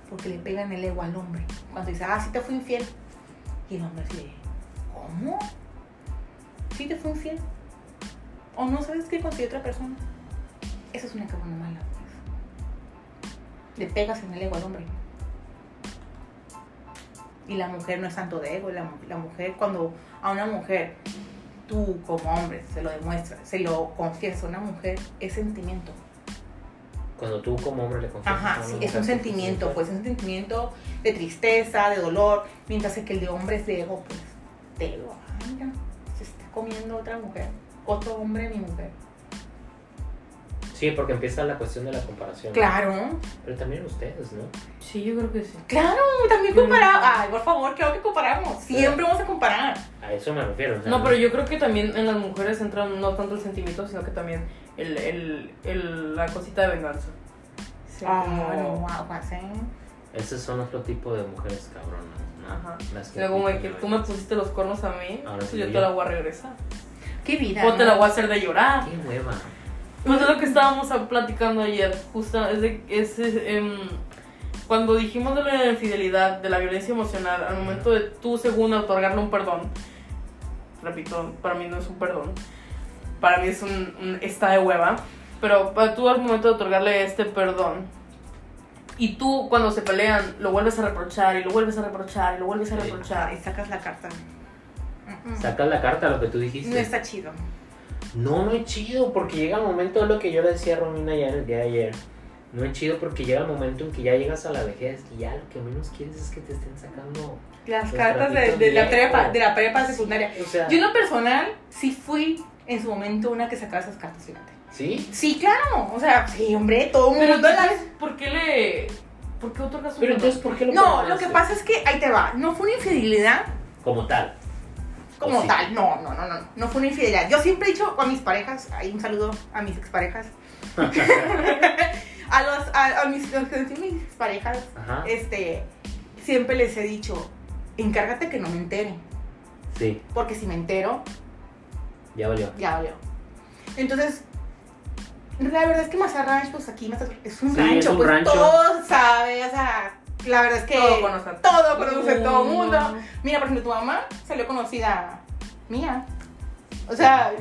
Speaker 3: Porque le pegan el ego al hombre. Cuando dice, ah, sí te fui infiel. Y el hombre dice, ¿cómo? ¿Sí te fui infiel? ¿O no sabes qué conseguí otra persona? Esa es una cabrona mala. pues. Le pegas en el ego al hombre. Y la mujer no es tanto de ego. La, mu- la mujer, cuando a una mujer, tú como hombre, se lo demuestras, se lo confiesa a una mujer, es sentimiento.
Speaker 2: Cuando tú como hombre le confiesas a
Speaker 3: Ajá,
Speaker 2: una
Speaker 3: sí,
Speaker 2: mujer
Speaker 3: es un
Speaker 2: que te
Speaker 3: sentimiento,
Speaker 2: siente-
Speaker 3: pues es un sentimiento de tristeza, de dolor, mientras que el de hombre es de ego, pues, de ego, ah, mira, se está comiendo otra mujer, otro hombre, mi mujer.
Speaker 1: pues.
Speaker 2: Sí, porque empieza la cuestión de la comparación.
Speaker 3: Claro,
Speaker 2: Pero también ustedes, ¿no?
Speaker 1: Sí, yo creo que sí.
Speaker 3: claro, también comparamos, ay, por favor, creo que comparamos, siempre vamos a comparar.
Speaker 2: A eso me refiero. o sea,
Speaker 1: No, pero yo creo que también en las mujeres entra no tanto el sentimiento, sino que también el, el, el- la cosita de venganza. Sí,
Speaker 3: Ah,
Speaker 1: como-
Speaker 3: no, guau, guau, sí.
Speaker 2: Esos son otro tipo de mujeres cabronas, ¿no?
Speaker 1: Ajá.
Speaker 2: Las que
Speaker 1: Luego como de que
Speaker 2: pican,
Speaker 1: tú
Speaker 2: ¿no?
Speaker 1: me pusiste los cornos a mí,
Speaker 2: Ahora
Speaker 1: pues
Speaker 2: sí,
Speaker 1: yo
Speaker 2: yo.
Speaker 1: te la voy a regresar.
Speaker 3: Qué vida.
Speaker 1: O te
Speaker 3: ¿no?
Speaker 1: la voy a hacer de llorar.
Speaker 2: ¡Qué hueva!
Speaker 1: Pues es lo que estábamos platicando ayer, justo, es de, es, es, em, cuando dijimos de la infidelidad, de la violencia emocional, al momento de tú, según, otorgarle un perdón, repito, para mí no es un perdón, para mí es un, un está de hueva, pero para tú al momento de otorgarle este perdón, y tú cuando se pelean, lo vuelves a reprochar, y lo vuelves a reprochar, y lo vuelves a
Speaker 2: Sí.
Speaker 1: reprochar,
Speaker 3: Ay, Ah, sacas la carta. Mm, mm.
Speaker 2: Sacas la carta a lo que tú dijiste.
Speaker 3: No está chido.
Speaker 2: No, no es chido, porque llega el momento, es lo que yo le decía a Romina ya el día de ayer. No es chido porque llega el momento en que ya llegas a la vejez y ya lo que menos quieres es que te estén sacando.
Speaker 3: Las
Speaker 2: Los
Speaker 3: cartas de,
Speaker 2: trapitos
Speaker 3: de la
Speaker 2: viejos.
Speaker 3: prepa, de la prepa secundaria.
Speaker 2: O sea,
Speaker 3: Yo en lo personal sí fui en su momento una que sacaba esas cartas, fíjate.
Speaker 2: ¿sí?
Speaker 3: Sí, claro. O sea, sí, hombre, todo el
Speaker 1: pero
Speaker 3: mundo las-
Speaker 1: entonces, ¿por qué le, por qué otorgas un
Speaker 2: Pero
Speaker 1: perdón?
Speaker 2: entonces, ¿por qué lo
Speaker 3: No, lo
Speaker 2: perdonaste?
Speaker 3: que pasa es que ahí te va. No fue una infidelidad
Speaker 2: Como tal.
Speaker 3: como
Speaker 2: ¿O sí?
Speaker 3: tal. No, no, no, no. no. No fue una infidelidad. Yo siempre he dicho a mis parejas, hay un saludo a mis exparejas. a los, a, a mis, los que son mis parejas,
Speaker 2: Ajá.
Speaker 3: este, siempre les he dicho, encárgate que no me entere.
Speaker 2: Sí,
Speaker 3: Porque si me entero,
Speaker 2: ya valió.
Speaker 3: ya valió. Entonces, la verdad es que Maza Ranch, pues aquí Maza- es un
Speaker 2: Sí,
Speaker 3: rancho,
Speaker 2: es un
Speaker 3: pues
Speaker 2: rancho.
Speaker 3: todo sabe, o sea, la verdad es que
Speaker 1: Todo conoce a-
Speaker 3: todo conoce a todo
Speaker 1: Uh,
Speaker 3: mundo. Mira, por ejemplo, tu mamá salió conocida mía. O sea,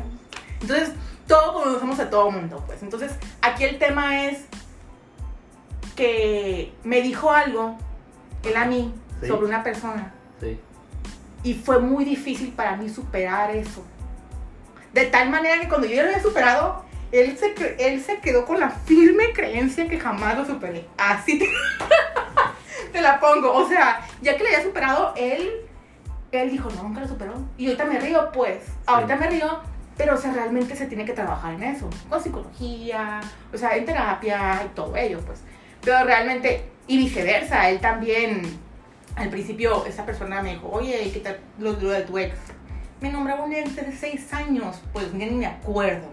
Speaker 3: entonces, todo conocemos a todo mundo, pues. Entonces, aquí el tema es que me dijo algo, él a mí,
Speaker 2: Sí.
Speaker 3: sobre una persona.
Speaker 2: Sí.
Speaker 3: Y fue muy difícil para mí superar eso. De tal manera que cuando yo ya lo había superado, él se, cre- él se quedó con la firme creencia que jamás lo superé. Así te, te la pongo. O sea, ya que lo había superado, él, él dijo, no, nunca lo superó. Y ahorita me río, pues. Ahorita me río, pero o sea, realmente se tiene que trabajar en eso. Con psicología, o sea, en terapia y todo ello, pues. Pero realmente, y viceversa, él también al principio esa persona me dijo, oye, ¿qué tal lo, lo de tu ex? Me nombraba un ex de seis años, pues ya ni me acuerdo.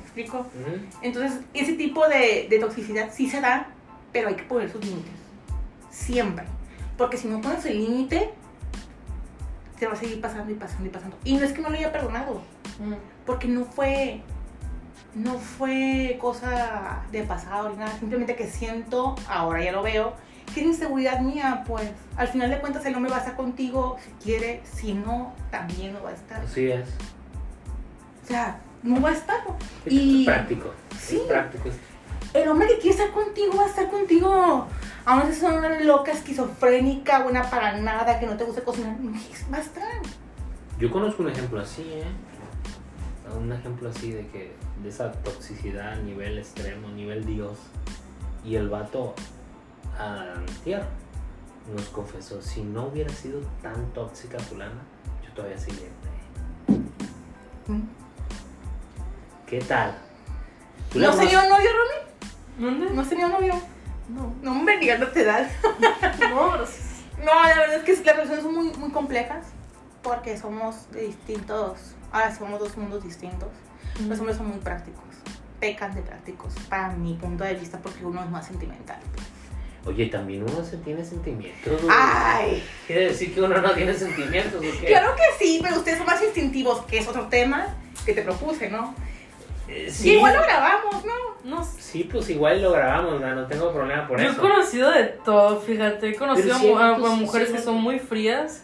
Speaker 3: explico?
Speaker 2: Ujú.
Speaker 3: Entonces, ese tipo de, de toxicidad sí se da, pero hay que poner sus límites. Siempre. Porque si no pones el límite, se va a seguir pasando y pasando y pasando. Y no es que no lo haya perdonado, porque no fue. No fue cosa de pasado ni nada. Simplemente que siento, ahora ya lo veo, que es inseguridad mía, pues. Al final de cuentas, el hombre va a estar contigo si quiere, si no, también no va a estar.
Speaker 2: Así es.
Speaker 3: O sea, no va a estar. Y-
Speaker 2: Es práctico.
Speaker 3: Sí.
Speaker 2: Es práctico.
Speaker 3: el hombre que quiere estar contigo va a estar contigo. Aún si son una loca, esquizofrénica, buena para nada, que no te gusta cocinar, va a estar.
Speaker 2: Yo conozco un ejemplo así, ¿eh? Un ejemplo así de que de esa toxicidad a nivel extremo, nivel Dios. Y el vato antier nos confesó, si no hubiera sido tan tóxica fulana, yo todavía seguiría. con ella". ¿Qué tal? ¿Tú le
Speaker 3: ¿No has
Speaker 2: conoces-
Speaker 3: tenido novio, Romy?
Speaker 1: ¿Dónde?
Speaker 3: ¿No has tenido novio?
Speaker 1: No.
Speaker 3: No, hombre, digas, no te das.
Speaker 1: No, pero sí.
Speaker 3: No, la verdad es que las relaciones son muy, muy complejas porque somos de distintos. Ahora sí, somos dos mundos distintos.
Speaker 1: Pues,
Speaker 3: Los hombres son muy prácticos, pecan de prácticos, para mi punto de vista, porque uno es más sentimental.
Speaker 2: Oye, también uno se tiene sentimientos. güey.
Speaker 3: ¡Ay!
Speaker 2: Quiere decir que uno no tiene sentimientos, ¿o qué?
Speaker 3: Claro que sí, pero ustedes son más instintivos, que es otro tema que te propuse, ¿no?
Speaker 2: Eh,
Speaker 3: Y
Speaker 2: sí,
Speaker 3: igual lo grabamos, ¿no?
Speaker 1: No sé.
Speaker 2: sí, pues igual lo grabamos, no, no tengo problema por
Speaker 1: Yo he
Speaker 2: eso.
Speaker 1: conocido de todo, fíjate. He conocido
Speaker 2: Pero sí,
Speaker 1: a, a
Speaker 2: pues, sí,
Speaker 1: mujeres
Speaker 2: sí.
Speaker 1: que son muy frías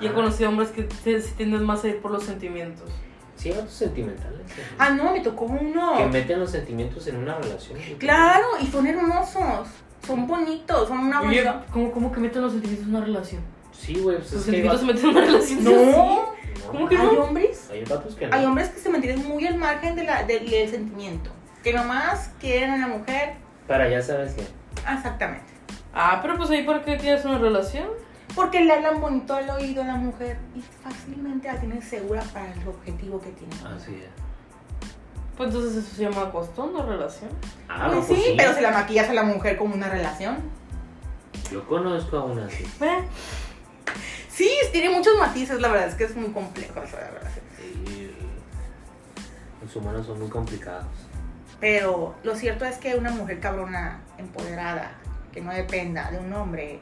Speaker 1: y he
Speaker 2: Ajá.
Speaker 1: conocido hombres que te- se tienden más a ir por los sentimientos.
Speaker 2: Sí, vatos sentimentales. sí.
Speaker 3: Ah, no, me tocó
Speaker 2: que
Speaker 3: uno.
Speaker 2: meten los sentimientos en una relación.
Speaker 3: Claro, y son hermosos, son bonitos, son una
Speaker 1: Y yo,
Speaker 3: bonita.
Speaker 1: ¿Cómo, cómo que meten los sentimientos en una relación?
Speaker 2: Sí, güey, pues
Speaker 1: los
Speaker 2: es que hay
Speaker 1: sentimientos se
Speaker 2: vatos-
Speaker 1: meten en una relación.
Speaker 3: No,
Speaker 2: no,
Speaker 1: ¿Cómo que
Speaker 3: hay
Speaker 1: no?
Speaker 3: hombres,
Speaker 2: Hay vatos que no.
Speaker 3: hay hombres que se mantienen muy al margen de la, del, del sentimiento, que nomás quieren a la mujer,
Speaker 2: Para ya sabes que.
Speaker 3: Ah, exactamente.
Speaker 1: Ah, pero pues ahí, ¿por qué tienes una relación?
Speaker 3: Porque le hablan bonito al oído a la mujer y fácilmente la tienen segura para el objetivo que tiene.
Speaker 2: Así es.
Speaker 1: Pues entonces eso se llama acostón, no relación.
Speaker 2: Ah,
Speaker 3: Pues
Speaker 2: no, pues
Speaker 3: sí, pero si la maquillas a la mujer como una relación.
Speaker 2: Yo conozco a una así.
Speaker 1: ¿Eh?
Speaker 3: Sí, tiene muchos matices, la verdad es que es muy complejo eso, la verdad.
Speaker 2: Y Los humanos son muy complicados.
Speaker 3: Pero lo cierto es que una mujer cabrona, empoderada, que no dependa de un hombre,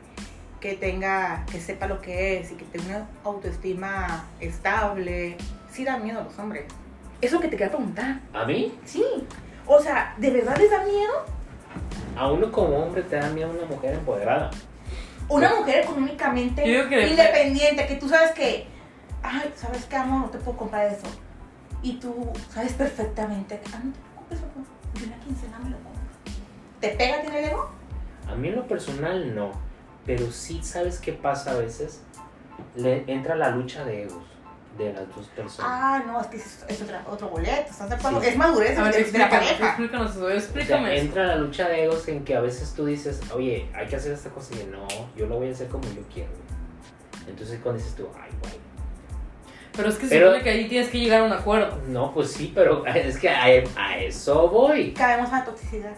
Speaker 3: que tenga, que sepa lo que es y que tenga una autoestima estable, sí da miedo a los hombres. Eso que te quería preguntar.
Speaker 2: ¿A mí?
Speaker 3: Sí. O sea, ¿de verdad les da miedo?
Speaker 2: A uno como hombre te da miedo una mujer empoderada.
Speaker 3: Una mujer económicamente
Speaker 1: Yo digo que-
Speaker 3: independiente, que tú sabes que, ay, ¿sabes qué, amor? No te puedo comprar eso. Y tú sabes perfectamente que, ah, no te preocupes, amor. Yo en la quincena me lo compro. ¿Te pega, tiene el ego?
Speaker 2: A mí en lo personal no. Pero sí sabes qué pasa a veces. Le entra la lucha de egos de las dos personas.
Speaker 3: Ah, no, es que es, es otra- otro boleto, ¿estás de acuerdo?
Speaker 2: Sí.
Speaker 3: Es madurez
Speaker 1: A ver,
Speaker 3: es de la
Speaker 1: explícanos,
Speaker 3: pareja.
Speaker 1: explícanos eso,
Speaker 2: O sea,
Speaker 1: explícame eso.
Speaker 2: entra la lucha de egos en que a veces tú dices, oye, hay que hacer esta cosa y no, yo lo voy a hacer como yo quiero. güey". Entonces cuando dices tú, ay, güey.
Speaker 1: Pero es que se
Speaker 2: Pero-
Speaker 1: supone que ahí tienes que llegar a un acuerdo.
Speaker 2: No, pues sí, pero es que a, a eso voy.
Speaker 3: Caemos a la toxicidad.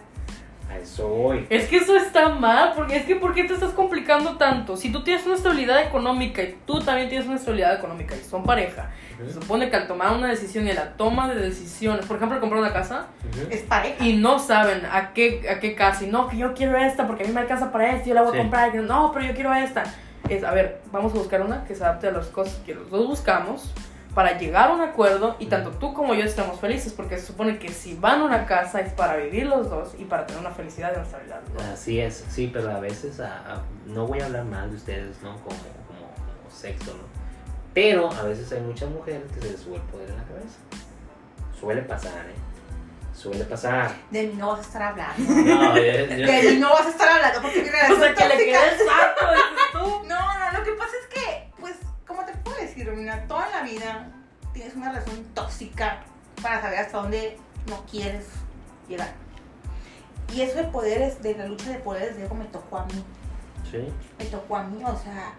Speaker 2: A eso voy.
Speaker 1: Es que eso está mal, porque es que ¿por qué te estás complicando tanto? Si tú tienes una estabilidad económica y tú también tienes una estabilidad económica y son pareja, se
Speaker 2: Ujú,
Speaker 1: supone que al tomar una decisión y a la toma de decisiones, por ejemplo, comprar una casa
Speaker 2: ujú.
Speaker 3: Es pareja.
Speaker 1: y no saben a qué, a qué casa, y no, que yo quiero esta porque a mí me alcanza para esto, yo la voy
Speaker 2: Sí.
Speaker 1: a comprar, que no, pero yo quiero esta. Es, a ver, vamos a buscar una que se adapte a las cosas que los dos buscamos para llegar a un acuerdo y tanto tú como yo estamos felices, porque se supone que si van a una casa es para vivir los dos y para tener una felicidad y una estabilidad. los dos.
Speaker 2: Así es, sí, pero a veces a- a- no voy a hablar mal de ustedes, ¿no? Como, como, como sexo, ¿no? Pero a veces hay muchas mujeres que se les sube el poder en la cabeza. Suele pasar, ¿eh? Suele pasar.
Speaker 3: De mí no vas a estar hablando.
Speaker 2: No, yo- yo-
Speaker 3: De mí no vas a estar hablando porque mi
Speaker 1: O
Speaker 3: relación
Speaker 1: sea, que le
Speaker 3: tóxica.
Speaker 1: quede saco, dices tú.
Speaker 3: No, no, lo que pasa es que, pues, ¿cómo te puedo decir, Romina? Toda la vida tienes una relación tóxica para saber hasta dónde no quieres llegar. Y eso de poderes, de la lucha de poderes, de ego me tocó a mí.
Speaker 2: Sí.
Speaker 3: me tocó a mí, o sea,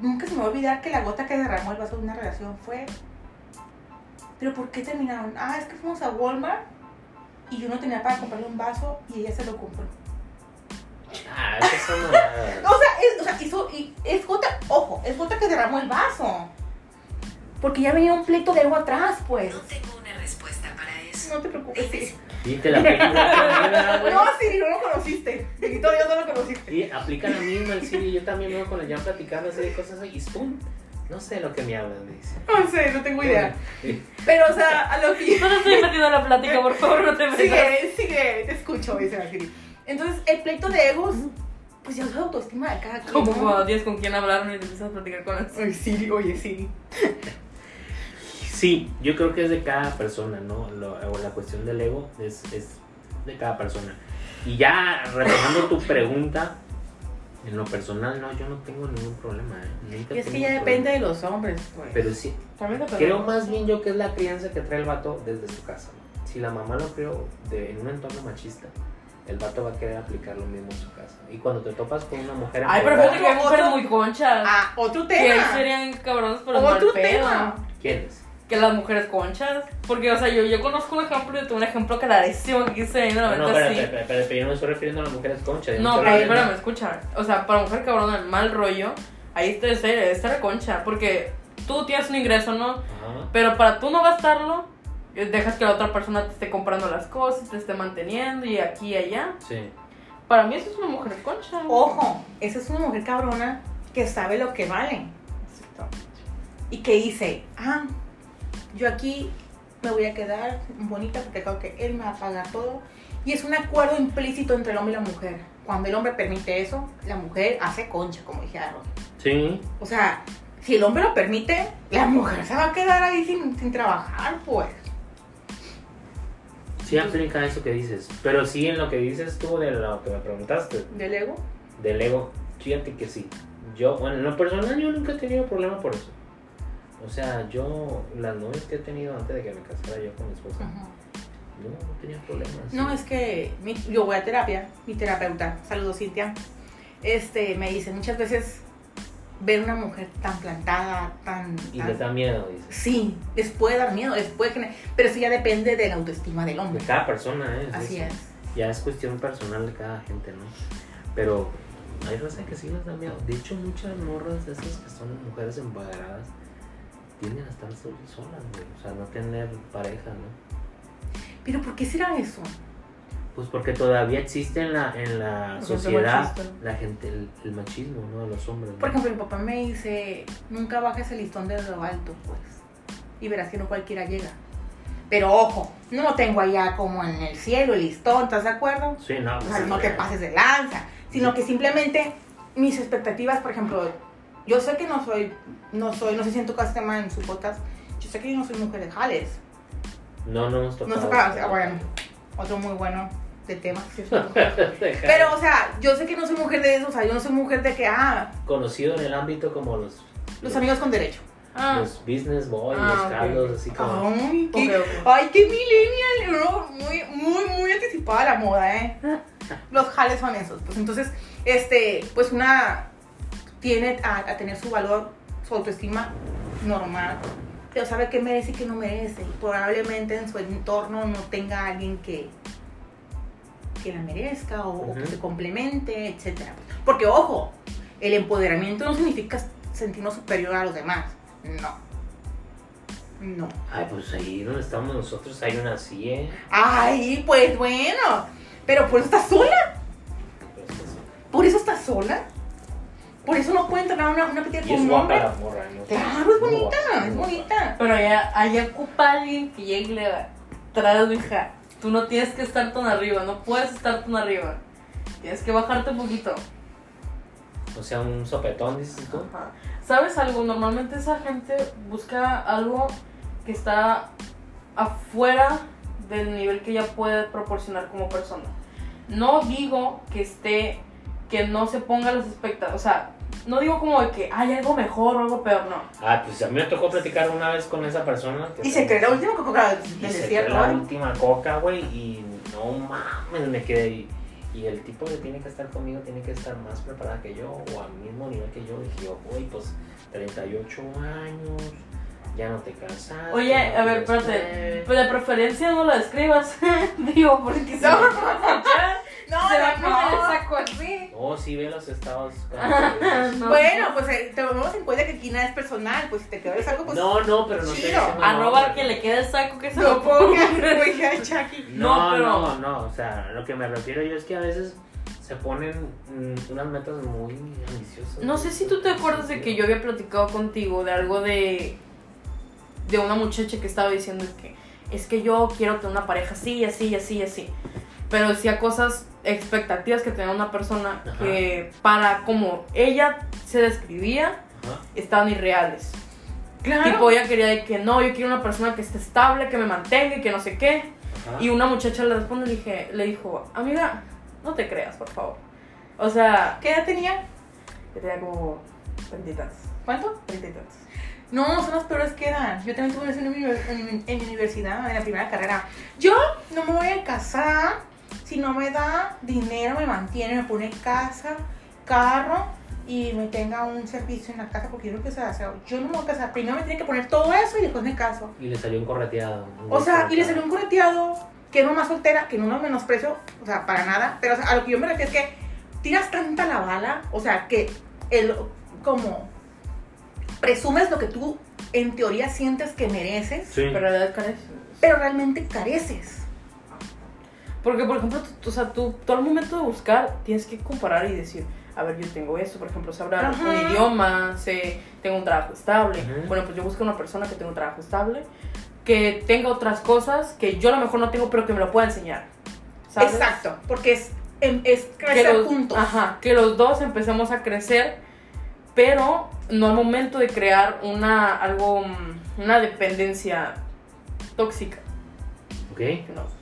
Speaker 3: nunca se me va a olvidar que la gota que derramó el vaso de una relación fue, pero ¿por qué terminaron? Ah, es que fuimos a Walmart y yo no tenía para comprarle un vaso y ella se lo compró.
Speaker 2: Ah, esas son mamadas.
Speaker 3: No, o sea, es, o sea, hizo- y es gota, ojo, es gota que derramó el vaso. Porque ya venía un pleito de algo atrás, pues.
Speaker 4: No tengo una respuesta para eso.
Speaker 3: No te preocupes. sí.
Speaker 2: Viste la película.
Speaker 3: No, Siri, no lo conociste. Bendito Dios, no lo conociste.
Speaker 2: Y aplica la misma el Siri. Yo también veo con el Jan platicando así de cosas y ¡pum! No sé lo que me hablan, me dice.
Speaker 3: No sé, no tengo idea. Pero, o sea, a lo que
Speaker 1: No te estoy metiendo en la plática, por favor, no te metas.
Speaker 3: Sigue, sigue, te escucho, dice la Siri. Entonces, el pleito de egos, pues ya es la autoestima de cada quien.
Speaker 1: Como
Speaker 3: ¿no?
Speaker 1: cuando tienes con quién hablaron y te empiezas a platicar con las
Speaker 3: Oye, Siri, oye, Siri.
Speaker 2: Sí, yo creo que es de cada persona, ¿no? Lo- o la cuestión del ego es, es de cada persona. Y ya retomando tu pregunta, en lo personal, no, yo no tengo ningún problema. ¿eh? Nunca
Speaker 3: Y es que
Speaker 2: tengo
Speaker 3: ya
Speaker 2: problema.
Speaker 3: depende de los hombres, pues.
Speaker 2: Pero sí,
Speaker 1: También te
Speaker 2: creo más bien yo que es la crianza que trae el vato desde su casa. ¿no? Si la mamá lo creó de- en un entorno machista, el vato va a querer aplicar lo mismo en su casa. Y cuando te topas con una mujer
Speaker 1: Ay, pero
Speaker 2: empoderada,
Speaker 1: fíjate que hay mujeres muy conchas.
Speaker 3: Ah, otro
Speaker 1: que ahí
Speaker 3: tema.
Speaker 1: serían cabrones por el mal
Speaker 3: Otro
Speaker 1: pedo.
Speaker 3: tema.
Speaker 2: ¿quién es?
Speaker 1: Que las mujeres conchas. Porque, o sea, yo, yo conozco un ejemplo, yo tengo un ejemplo clarísimo que hice en la
Speaker 2: Ah, No, no,
Speaker 1: venta
Speaker 2: espérate,
Speaker 1: así.
Speaker 2: espérate, espérate, pero yo no me estoy refiriendo a las mujeres concha. yo
Speaker 1: No, pero
Speaker 2: estoy
Speaker 1: ahí,
Speaker 2: refiriendo-
Speaker 1: espérame, escucha. O sea, para mujer cabrona, el mal rollo, ahí está, está, está la concha. Porque tú tienes un ingreso, ¿no?
Speaker 2: Ajá.
Speaker 1: Pero para tú no gastarlo, eh, dejas que la otra persona te esté comprando las cosas, te esté manteniendo y aquí y allá.
Speaker 2: Sí.
Speaker 1: Para mí eso es una mujer concha.
Speaker 3: Ojo, esa es una mujer cabrona que sabe lo que vale. Y que dice, ah, yo aquí me voy a quedar bonita porque creo que él me va a pagar todo. Y es un acuerdo implícito entre el hombre y la mujer. Cuando el hombre permite eso, la mujer hace concha, como dije Aaron.
Speaker 2: Sí.
Speaker 3: O sea, si el hombre lo permite, la mujer se va a quedar ahí sin, sin trabajar, pues.
Speaker 2: Sí aplica eso que dices, pero sí en lo que dices tú de lo que me preguntaste,
Speaker 3: ¿Del ego?
Speaker 2: del ego, fíjate que sí. Yo, bueno, en lo personal yo nunca he tenido problema por eso. O sea, yo, las novias que he tenido antes de que me casara yo con mi esposa, yo no tenía problemas.
Speaker 3: No, es que mi- yo voy a terapia, mi terapeuta, saludos Cintia, este, me dice muchas veces ver una mujer tan plantada, tan...
Speaker 2: Y
Speaker 3: tan-
Speaker 2: les da miedo, dices.
Speaker 3: Sí, les puede dar miedo, les puede generar- pero eso ya depende de la autoestima del
Speaker 2: De
Speaker 3: hombre.
Speaker 2: cada persona, ¿eh?
Speaker 3: Así
Speaker 2: eso.
Speaker 3: es.
Speaker 2: Ya es cuestión personal de cada gente, ¿no? Pero hay raza que sí les da miedo. De hecho, muchas morras de esas que son mujeres empoderadas tienden a estar sol- solas, güey. O sea, no tener pareja, ¿no?
Speaker 3: Pero ¿por qué será eso?
Speaker 2: Pues porque todavía existe en la, en la
Speaker 1: La gente
Speaker 3: Pues
Speaker 2: sociedad
Speaker 1: machista.
Speaker 2: la gente, el, el machismo, ¿no? De los hombres. ¿no?
Speaker 3: Por ejemplo, mi papá me dice, nunca bajes el listón de lo alto, pues. Y verás que no cualquiera llega. Pero ojo, no lo tengo allá como en el cielo el listón, ¿estás de acuerdo?
Speaker 2: Sí, no,
Speaker 3: O
Speaker 2: pues,
Speaker 3: sea,
Speaker 2: sí,
Speaker 3: no te
Speaker 2: güey.
Speaker 3: pases de lanza, sino que simplemente mis expectativas, por ejemplo, yo sé que no soy, no soy, no sé si en tu caso tema en su podcast, yo sé que yo no soy mujer de jales,
Speaker 2: No, no hemos tocado.
Speaker 3: No tocaba, o sea, bueno. otro muy bueno de temas.
Speaker 2: Deja-
Speaker 3: Pero, o sea, yo sé que no soy mujer de eso, o sea, yo no soy mujer de que, ah,
Speaker 2: Conocido en el ámbito como los.
Speaker 3: los amigos con derecho.
Speaker 1: Ah,
Speaker 2: los business boys,
Speaker 1: Ah,
Speaker 2: los
Speaker 1: ok.
Speaker 2: carlos, así como.
Speaker 3: Ay,
Speaker 1: ok,
Speaker 3: qué,
Speaker 1: ok.
Speaker 3: ay, qué millennial, ¿no? muy, muy, muy anticipada la moda, ¿eh? Los jales son esos, pues entonces, este, pues una tiene a, a tener su valor, su autoestima normal, pero sabe qué merece y qué no merece, y probablemente en su entorno no tenga alguien que que la merezca o, o que
Speaker 2: Ujú.
Speaker 3: se complemente, etcétera. Porque ojo, el empoderamiento no significa sentirnos superior a los demás, no, no.
Speaker 2: Ay, pues ahí donde estamos nosotros hay una así, ¿eh?
Speaker 3: Ay, pues bueno. Pero por eso estás sola.
Speaker 2: Pues, pues,
Speaker 3: Por eso estás sola. Por eso no puede entrar una, una pelea
Speaker 2: y
Speaker 3: con
Speaker 2: es
Speaker 3: un
Speaker 2: guapa
Speaker 3: hombre.
Speaker 2: la morra, ¿no?
Speaker 3: Claro, es
Speaker 2: Muy
Speaker 3: bonita,
Speaker 2: guapa,
Speaker 3: es
Speaker 2: muy guapa.
Speaker 3: bonita.
Speaker 1: Pero allá, allá ocupa alguien que llegue y le va. Tras, hija. Tú no tienes que estar tan arriba, no puedes estar tan arriba. Tienes que bajarte un poquito.
Speaker 2: O sea, un sopetón, dices tú.
Speaker 1: Ajá. ¿Sabes algo? Normalmente esa gente busca algo que está afuera del nivel que ella puede proporcionar como persona. No digo que esté, que no se ponga las expectativas, o sea, no digo como de que hay algo mejor o algo peor, no.
Speaker 2: Ah, pues a mí me tocó platicar una vez con esa persona. que
Speaker 3: Y se cree la última coca del
Speaker 2: Y se fue
Speaker 3: desierto.
Speaker 2: la
Speaker 3: ¿vale?
Speaker 2: última coca, güey, y no mames, me quedé ahí. Y el tipo que tiene que estar conmigo tiene que estar más preparada que yo, o al mismo nivel que yo. Dije, yo, güey, pues 38 años, ya no te casaste.
Speaker 1: Oye,
Speaker 2: no
Speaker 1: a ver,
Speaker 2: tienes-
Speaker 1: espérate, pues de preferencia no lo describas, digo, porque si
Speaker 3: No.
Speaker 1: no, ya,
Speaker 3: No,
Speaker 4: Se va a
Speaker 3: no,
Speaker 4: poner
Speaker 3: no.
Speaker 4: el saco así.
Speaker 2: Oh, sí, ve los estados.
Speaker 1: No.
Speaker 3: Bueno, pues eh, tomemos en cuenta que aquí nada es personal, pues si te quedó el saco, pues
Speaker 2: No, no, pero no te
Speaker 3: Chido.
Speaker 2: decimos
Speaker 1: Arroba al
Speaker 2: nombre.
Speaker 1: que le quede el saco que se
Speaker 3: lo
Speaker 1: lo
Speaker 3: pongas,
Speaker 1: ponga.
Speaker 3: güey, ya, Chucky.
Speaker 1: No,
Speaker 2: No,
Speaker 1: pero-
Speaker 2: no, no, o sea, lo que me refiero yo es que a veces se ponen mm, unas metas muy ambiciosas.
Speaker 1: No sé si tú te acuerdas de que yo había platicado contigo de algo de. de una muchacha que estaba diciendo que es que yo quiero tener una pareja así, y así, y así, y así. Pero decía cosas, expectativas que tenía una persona
Speaker 2: Ajá.
Speaker 1: que para como ella se describía
Speaker 2: Ajá.
Speaker 1: estaban irreales.
Speaker 3: Claro.
Speaker 1: Tipo, ella quería de que no, yo quiero una persona que esté estable, que me mantenga y que no sé qué.
Speaker 2: ajá.
Speaker 1: Y una muchacha le responde, le, dije, le dijo, amiga, no te creas, por favor. O sea,
Speaker 3: ¿Qué edad tenía?
Speaker 1: que tenía como tantitas,
Speaker 3: ¿Cuánto?
Speaker 1: tantitas.
Speaker 3: No, son las peores que dan. Yo también tuve eso en mi, univer- en mi- en mi universidad, en la primera carrera. Yo no me voy a casar si no me da dinero, me mantiene, me pone casa, carro y me tenga un servicio en la casa porque yo creo que se hace. Yo no me voy a casar. Primero me tiene que poner todo eso y después me caso.
Speaker 2: Y le salió un correteado. un
Speaker 3: O sea, y le
Speaker 2: correteado.
Speaker 3: salió un correteado, que no más soltera, que no lo menosprecio, o sea, para nada. Pero o sea, a lo que yo me refiero es que tiras tanta la bala, o sea, que el, como, presumes lo que tú en teoría sientes que mereces,
Speaker 2: Sí.
Speaker 1: Pero la edad carece.
Speaker 3: pero realmente careces.
Speaker 1: Porque, por ejemplo, tú, tú- o sea, tú, todo el momento de buscar tienes que comparar y decir, a ver, yo tengo eso, por ejemplo, sé hablar
Speaker 3: Ajá.
Speaker 1: un idioma, sé, tengo un trabajo estable.
Speaker 2: Ajá.
Speaker 1: Bueno, pues yo busco una persona que tenga un trabajo estable, que tenga otras cosas que yo a lo mejor no tengo, pero que me lo pueda enseñar. ¿sabes?
Speaker 3: Exacto, porque es, em- es
Speaker 1: que
Speaker 3: crecer
Speaker 1: los,
Speaker 3: juntos.
Speaker 1: ajá, que los dos empecemos a crecer, pero no al momento de crear una algo mm, una dependencia tóxica.
Speaker 2: Ok.
Speaker 1: No.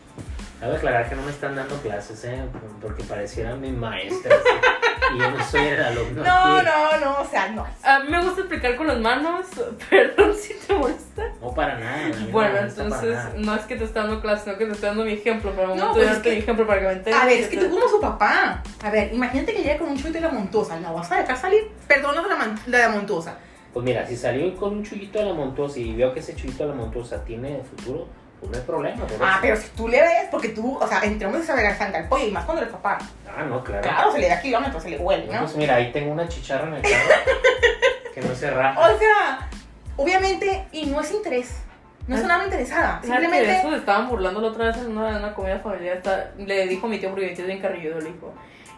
Speaker 2: Debo aclarar que no me están dando clases, ¿eh? Porque parecieran mis maestras. ¿eh? y yo no soy el alumno.
Speaker 3: No,
Speaker 2: aquí.
Speaker 3: no, no, o sea, no.
Speaker 1: Ah, me gusta explicar con las manos, perdón si te molesta.
Speaker 2: No, para nada. a mí no
Speaker 1: Bueno,
Speaker 2: me gusta para
Speaker 1: entonces
Speaker 2: nada.
Speaker 1: no es que te está dando clase, sino que te está dando mi ejemplo, pero al
Speaker 3: No,
Speaker 1: momento
Speaker 3: pues
Speaker 1: de
Speaker 3: es
Speaker 1: darte
Speaker 3: que-
Speaker 1: mi ejemplo para que me entiendas.
Speaker 3: A ver, es que tú
Speaker 1: te-
Speaker 3: como su papá. A ver, imagínate que llega con un chute y la montuosa. ¿La vas a dejar salir? Perdón, la, de la man- la de la montuosa.
Speaker 2: Pues mira, si salió con un chullito a la montuosa y veo que ese chullito a la montuosa tiene futuro, pues no hay problema. por
Speaker 3: Ah,
Speaker 2: eso.
Speaker 3: pero si tú le ves, porque tú, o sea, entre hombres se le sangre al pollo y más cuando eres papá.
Speaker 2: Ah, no, claro.
Speaker 3: Claro, se le da kilómetros, se le huele,
Speaker 2: No,
Speaker 3: ¿no?
Speaker 2: pues mira, ahí tengo una chicharra en el carro que no se raja.
Speaker 3: O sea, obviamente, y no es interés. No es una alma interesada.
Speaker 1: ¿Sabes que de eso
Speaker 3: Simplemente.
Speaker 1: se estaban burlando la otra vez en una, en una comida familiar. está- le dijo mi tío, porque mi tío es bien carrilludo, le dijo: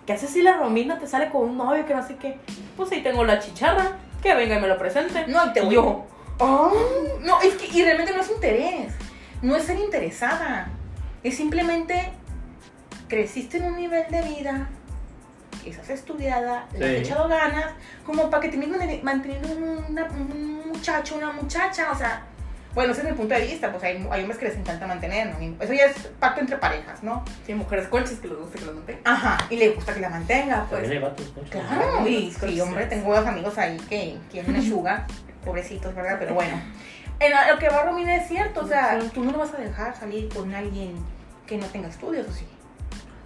Speaker 1: ¿Qué haces si la Romina te sale con un novio que no sé qué? Pues ahí tengo la chicharra, que venga y me lo presente.
Speaker 3: No, y te
Speaker 1: Y
Speaker 3: voy.
Speaker 1: yo,
Speaker 3: Oh, no, es que, y realmente no es interés. No es ser interesada. Es simplemente. Creciste en un nivel de vida. Estás estudiada, le has
Speaker 2: Sí.
Speaker 3: echado ganas, como para que te manteniendo manteniendo una- un muchacho, una muchacha, o sea, bueno, ese es mi punto de vista, pues hay, hay hombres que les encanta mantener, ¿no? eso ya es pacto entre parejas, ¿no?
Speaker 1: sí, mujeres conchas que les gusta que las mantengan.
Speaker 3: Ajá, y le gusta que la mantenga, pues.
Speaker 2: También hay vatos conchas.
Speaker 3: Claro, y sí,
Speaker 1: Cruces.
Speaker 3: hombre, tengo dos amigos ahí que quieren una sugar, pobrecitos, ¿verdad? Pero bueno, en lo que va Romina es cierto, o sea, tú no lo vas a dejar salir con alguien que no tenga estudios, ¿o sí?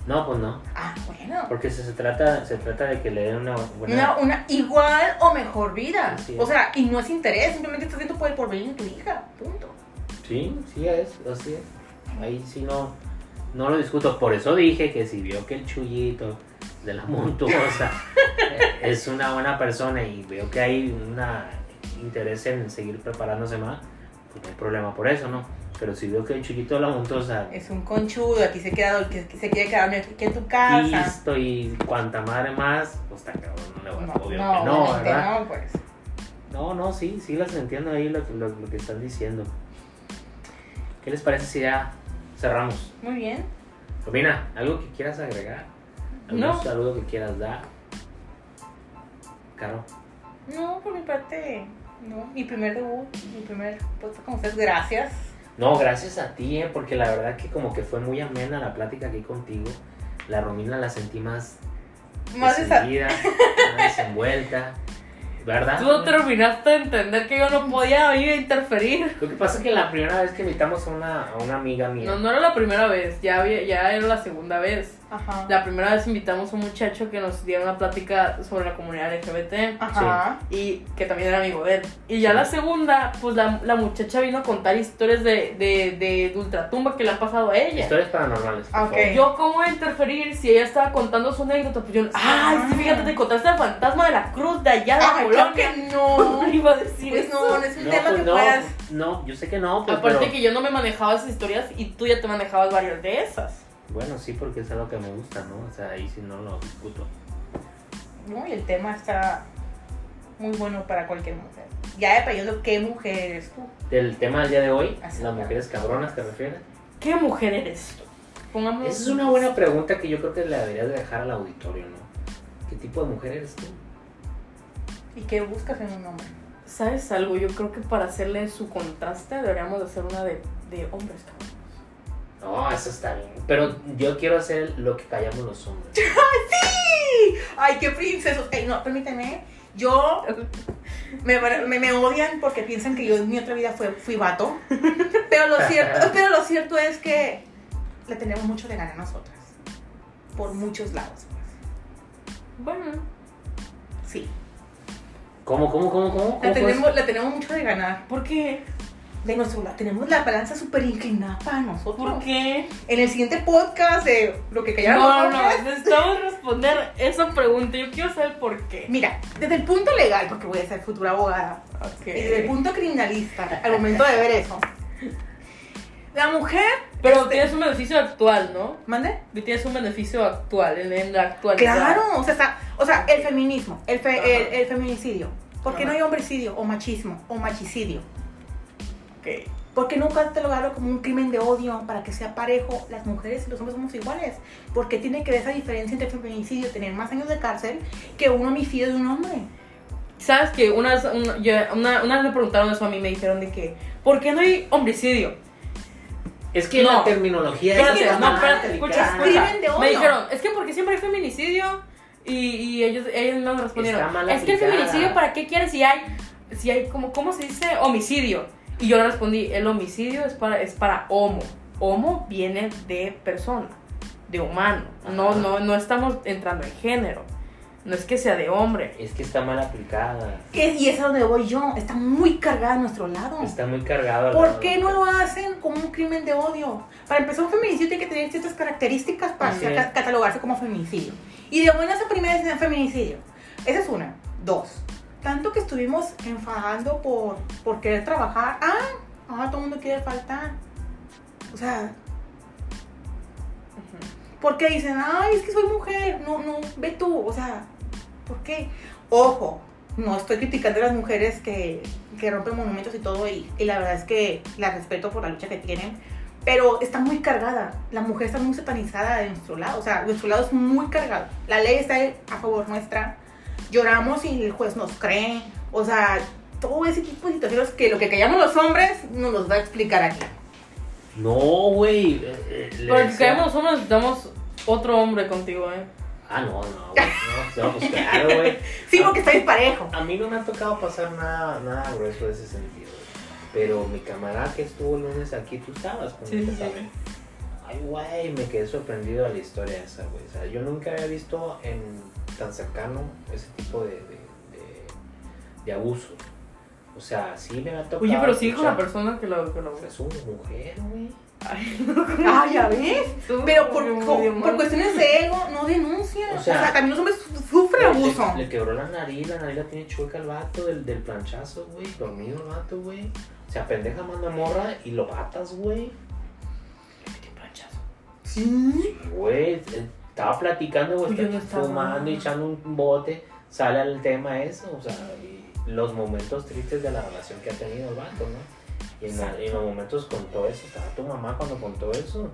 Speaker 2: No, pues no.
Speaker 3: Ah, bueno.
Speaker 2: Porque se, se trata, se trata de que le den una buena.
Speaker 3: Una, una igual o mejor vida.
Speaker 2: Así es.
Speaker 3: O sea, y no es interés, simplemente estás haciendo por el porvenir de tu hija, punto.
Speaker 2: Sí, sí es, así es. Ahí sí no, no lo discuto. Por eso dije que si vio que el chullito de la montuosa eh, es una buena persona y veo que hay un interés en seguir preparándose más, pues no hay problema por eso, ¿no? Pero si veo que el chullito de la montuosa
Speaker 3: Es un conchudo, aquí se queda, que, que se quiere quedarme aquí en tu casa.
Speaker 2: listo y cuanta madre más, pues está cabrón, no le va
Speaker 3: No,
Speaker 2: a obvio
Speaker 3: no,
Speaker 2: que no,
Speaker 3: obviamente
Speaker 2: ¿verdad?
Speaker 3: no, pues.
Speaker 2: No, no, sí, sí las entiendo ahí lo, que- lo, lo que están diciendo. ¿Qué les parece si ya cerramos?
Speaker 3: Muy bien.
Speaker 2: Romina, ¿algo que quieras agregar? ¿Algún
Speaker 1: No.
Speaker 2: saludo que quieras dar? Caro.
Speaker 3: No, por mi parte, no. Mi primer debut, mi primer puesto con ustedes, gracias.
Speaker 2: No, gracias a ti, ¿eh? porque la verdad que como que fue muy amena la plática aquí contigo. La Romina la sentí más
Speaker 3: Más de esa-
Speaker 2: decidida, más desenvuelta. ¿Verdad?
Speaker 1: Tú terminaste de entender que yo no podía ir a interferir.
Speaker 2: Lo que pasa es que la primera vez que invitamos a una, a una amiga mía,
Speaker 1: No, no era la primera vez, ya, había- ya era la segunda vez.
Speaker 3: Ajá.
Speaker 1: La primera vez invitamos a un muchacho que nos diera una plática sobre la comunidad LGBT
Speaker 3: Ajá.
Speaker 1: y que también era amigo de él. Y ya la segunda, pues la, la muchacha vino a contar historias de, de, de, de ultratumba que le ha pasado a ella.
Speaker 2: Historias paranormales. por
Speaker 3: Ok.
Speaker 2: favor.
Speaker 1: Yo cómo voy a interferir si ella estaba contando su anécdota, pues yo, ay, sí, fíjate, te contaste el fantasma de la cruz de allá de la
Speaker 3: Ay, claro
Speaker 1: colonia.
Speaker 3: Ah, que no.
Speaker 1: No iba a decir
Speaker 3: Pues
Speaker 1: eso.
Speaker 3: no, no es un
Speaker 2: No,
Speaker 3: tema
Speaker 2: pues
Speaker 3: que
Speaker 2: no,
Speaker 3: puedas.
Speaker 2: no, yo sé que no, pues,
Speaker 1: Aparte
Speaker 2: pero-
Speaker 1: que yo no me manejaba esas historias y tú ya te manejabas varias de esas.
Speaker 2: Bueno, sí, porque es algo que me gusta, ¿no? O sea, ahí sí no lo discuto.
Speaker 3: No, y el tema está muy bueno para cualquier mujer. Ya dependiendo qué mujer eres tú.
Speaker 2: Del tema del día de hoy,
Speaker 3: Así
Speaker 2: las
Speaker 3: es.
Speaker 2: mujeres cabronas, ¿te refieres?
Speaker 1: ¿Qué mujer eres? Pongamos.
Speaker 2: Esa es una buena pregunta que yo creo que le deberías de dejar al auditorio, ¿no? ¿Qué tipo de mujer eres tú?
Speaker 3: ¿Y qué buscas en un hombre?
Speaker 1: ¿Sabes algo? Yo creo que para hacerle su contraste deberíamos de hacer una de, de hombres, cabrón.
Speaker 2: No, eso está bien. Pero yo quiero hacer lo que callamos los hombres.
Speaker 3: ¡Ay, qué princesos! Ey, no, permíteme. ¿eh? Yo. Me, me, me odian porque piensan que yo en mi otra vida fue, fui vato. Pero lo, cierto, pero lo cierto es que le tenemos mucho de ganar nosotras. Por muchos lados. pues.
Speaker 1: Bueno,
Speaker 3: Sí.
Speaker 2: ¿Cómo, cómo, cómo, cómo? ¿Cómo
Speaker 3: La
Speaker 2: fue
Speaker 3: tenemos, la tenemos mucho de ganar.
Speaker 1: ¿por qué?
Speaker 3: De nuestro lado. Tenemos la balanza súper inclinada para nosotros.
Speaker 1: ¿Por qué?
Speaker 3: En el siguiente podcast de lo que callaron
Speaker 1: No,
Speaker 3: los
Speaker 1: no,
Speaker 3: hombres,
Speaker 1: necesitamos responder esa pregunta. Yo quiero saber por qué.
Speaker 3: Mira, desde el punto legal, porque voy a ser futura abogada, y desde el
Speaker 1: Ok.
Speaker 3: punto criminalista, al momento de ver eso. La mujer.
Speaker 1: Pero
Speaker 3: este,
Speaker 1: tienes un beneficio actual, ¿no?
Speaker 3: ¿Mande?
Speaker 1: Tienes un beneficio actual en, en la actualidad.
Speaker 3: Claro, o sea, está- o sea, el feminismo, el, fe-
Speaker 1: Ajá.
Speaker 3: el, el feminicidio. ¿Por qué no
Speaker 1: Ajá.
Speaker 3: hay homicidio o machismo o machicidio?
Speaker 1: Ok.
Speaker 3: ¿Por qué no catalogarlo como un crimen de odio para que sea parejo? Las mujeres y los hombres somos iguales. ¿Por qué tiene que ver esa diferencia entre feminicidio tener más años de cárcel que un homicidio de un hombre?
Speaker 1: Sabes que una, vez- un- yo- una, una vez me preguntaron eso a mí, me dijeron de que, ¿por qué no hay homicidio?
Speaker 2: Es que
Speaker 1: No.
Speaker 2: la terminología
Speaker 1: Espérate,
Speaker 2: está
Speaker 1: no,
Speaker 2: mal
Speaker 1: espérate,
Speaker 2: aplicada.
Speaker 1: escucha, escucha.
Speaker 3: Crimen de
Speaker 1: Me
Speaker 3: odio.
Speaker 1: dijeron, es que porque siempre hay feminicidio y, y ellos, ellos no me respondieron.
Speaker 2: Está mal
Speaker 1: es que el
Speaker 2: aplicada.
Speaker 1: feminicidio, ¿para qué quieres si hay, si hay como, ¿cómo se dice? Homicidio. Y yo le respondí, el homicidio es para, es para homo. Homo viene de persona, de humano. No,
Speaker 2: Ajá.
Speaker 1: no, no estamos entrando en género. No es que sea de hombre.
Speaker 2: Es que está mal aplicada.
Speaker 3: Es- y es a donde voy yo. Está muy cargada a nuestro lado.
Speaker 2: Está muy cargado. al
Speaker 3: ¿Por
Speaker 2: lado.
Speaker 3: qué no lo hacen como un crimen de odio? Para empezar, un feminicidio tiene que tener ciertas características para
Speaker 2: Así
Speaker 3: ser
Speaker 2: es.
Speaker 3: ca- catalogarse como feminicidio. Y de buenas a primeras es un feminicidio. Esa es una. Dos. Tanto que estuvimos enfadando por, por querer trabajar. Ah, ahora todo el mundo quiere faltar. O sea, porque dicen, ay, es que soy mujer, no, no, ve tú, o sea, ¿por qué? Ojo, no estoy criticando a las mujeres que, que rompen monumentos y todo, y, y la verdad es que las respeto por la lucha que tienen, pero está muy cargada, la mujer está muy satanizada de nuestro lado, o sea, nuestro lado es muy cargado, la ley está a favor nuestra, lloramos y el juez nos cree, o sea, todo ese tipo de situaciones que lo que callamos los hombres nos los va a explicar aquí.
Speaker 2: No, güey. eh, eh, le
Speaker 1: Para que
Speaker 2: decía-
Speaker 1: caemos nosotros necesitamos otro hombre contigo, ¿eh?
Speaker 2: Ah, no, no, güey. No, no, pues claro, güey.
Speaker 3: Sí, porque está disparejo.
Speaker 2: A mí no me ha tocado pasar nada, nada grueso de ese sentido. güey. Pero mi camarada que estuvo el lunes aquí, tú estabas con
Speaker 1: Sí,
Speaker 2: él,
Speaker 1: sí, sí.
Speaker 2: también. Ay, güey, me quedé sorprendido a la historia esa, güey. O sea, yo nunca había visto en tan cercano ese tipo de, de, de- de abuso. O sea, sí me ha tocado.
Speaker 1: Oye, pero sigue con la
Speaker 2: escuchar-
Speaker 1: persona que lo... Que lo...
Speaker 2: Es una mujer, güey.
Speaker 1: Ay,
Speaker 3: Ah, ya ves. Pero por,
Speaker 1: Como
Speaker 3: por-
Speaker 1: medio
Speaker 3: por
Speaker 1: mal.
Speaker 3: cuestiones de ego no denuncia.
Speaker 2: O
Speaker 3: O
Speaker 2: sea,
Speaker 3: sea, también los hombres su- sufren
Speaker 2: Güey,
Speaker 3: abuso.
Speaker 2: Le, le quebró la nariz, la nariz la tiene chueca el vato del, del planchazo, güey. Dormido el vato, güey. O sea, pendeja manda morra y lo matas, güey.
Speaker 3: Sí.
Speaker 2: Güey, eh, estaba platicando, güey,
Speaker 1: Uy, Pues yo
Speaker 2: está
Speaker 1: no estaba.
Speaker 2: fumando y echando un bote. Sale el tema eso, o sea, y los momentos tristes de la relación que ha tenido el vato, ¿no? Y en, la- en los momentos contó eso, estaba tu mamá cuando contó eso.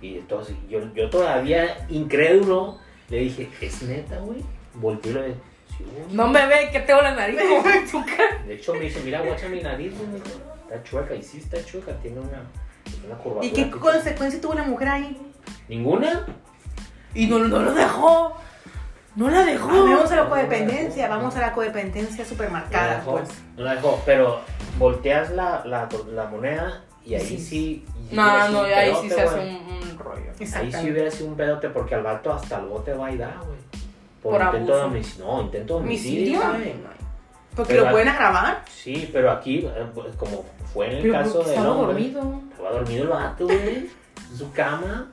Speaker 2: Y entonces yo, yo todavía, incrédulo, le dije, ¿es neta, güey? Volví y le dije, sí, güey".
Speaker 1: No me ve que tengo la nariz como en tu cara.
Speaker 2: De hecho, me dice, mira, guacha mi nariz, güey. me dijo, Está chueca, y sí está chueca, tiene una, una curvatura.
Speaker 3: ¿Y qué
Speaker 2: aquí.
Speaker 3: consecuencia tuvo la mujer ahí?
Speaker 2: ¿Ninguna?
Speaker 1: Y no, no lo dejó. No la dejó.
Speaker 3: Ah, vamos a
Speaker 2: no,
Speaker 3: la
Speaker 2: no,
Speaker 3: codependencia,
Speaker 2: no.
Speaker 3: vamos a la codependencia
Speaker 2: No la
Speaker 5: pues.
Speaker 3: supermarcada,
Speaker 2: dejó,
Speaker 3: pues.
Speaker 2: no la dejó, pero volteas la, la, la moneda Y ahí
Speaker 3: Sí.
Speaker 2: sí.
Speaker 1: No, no,
Speaker 2: hubiera
Speaker 1: ahí
Speaker 2: sido
Speaker 1: sí
Speaker 2: un
Speaker 1: se
Speaker 2: pedote,
Speaker 1: hace
Speaker 2: güey.
Speaker 1: un, un rollo.
Speaker 2: Ahí sí hubiera sido un pedote porque al vato hasta el bote va y da, güey. Por,
Speaker 1: Por
Speaker 2: intento de
Speaker 1: abuso.
Speaker 2: homicidio. No, intento de homicidio.
Speaker 3: ¿Homicidio?
Speaker 2: güey.
Speaker 3: Porque
Speaker 2: Pero
Speaker 3: lo
Speaker 2: a-
Speaker 3: pueden agravar.
Speaker 2: Sí, pero aquí, eh, pues, como fue en el
Speaker 5: Pero
Speaker 2: caso
Speaker 5: porque
Speaker 2: del
Speaker 5: estaba
Speaker 2: hombre.
Speaker 5: dormido.
Speaker 2: Estaba dormido el vato, güey. En su cama.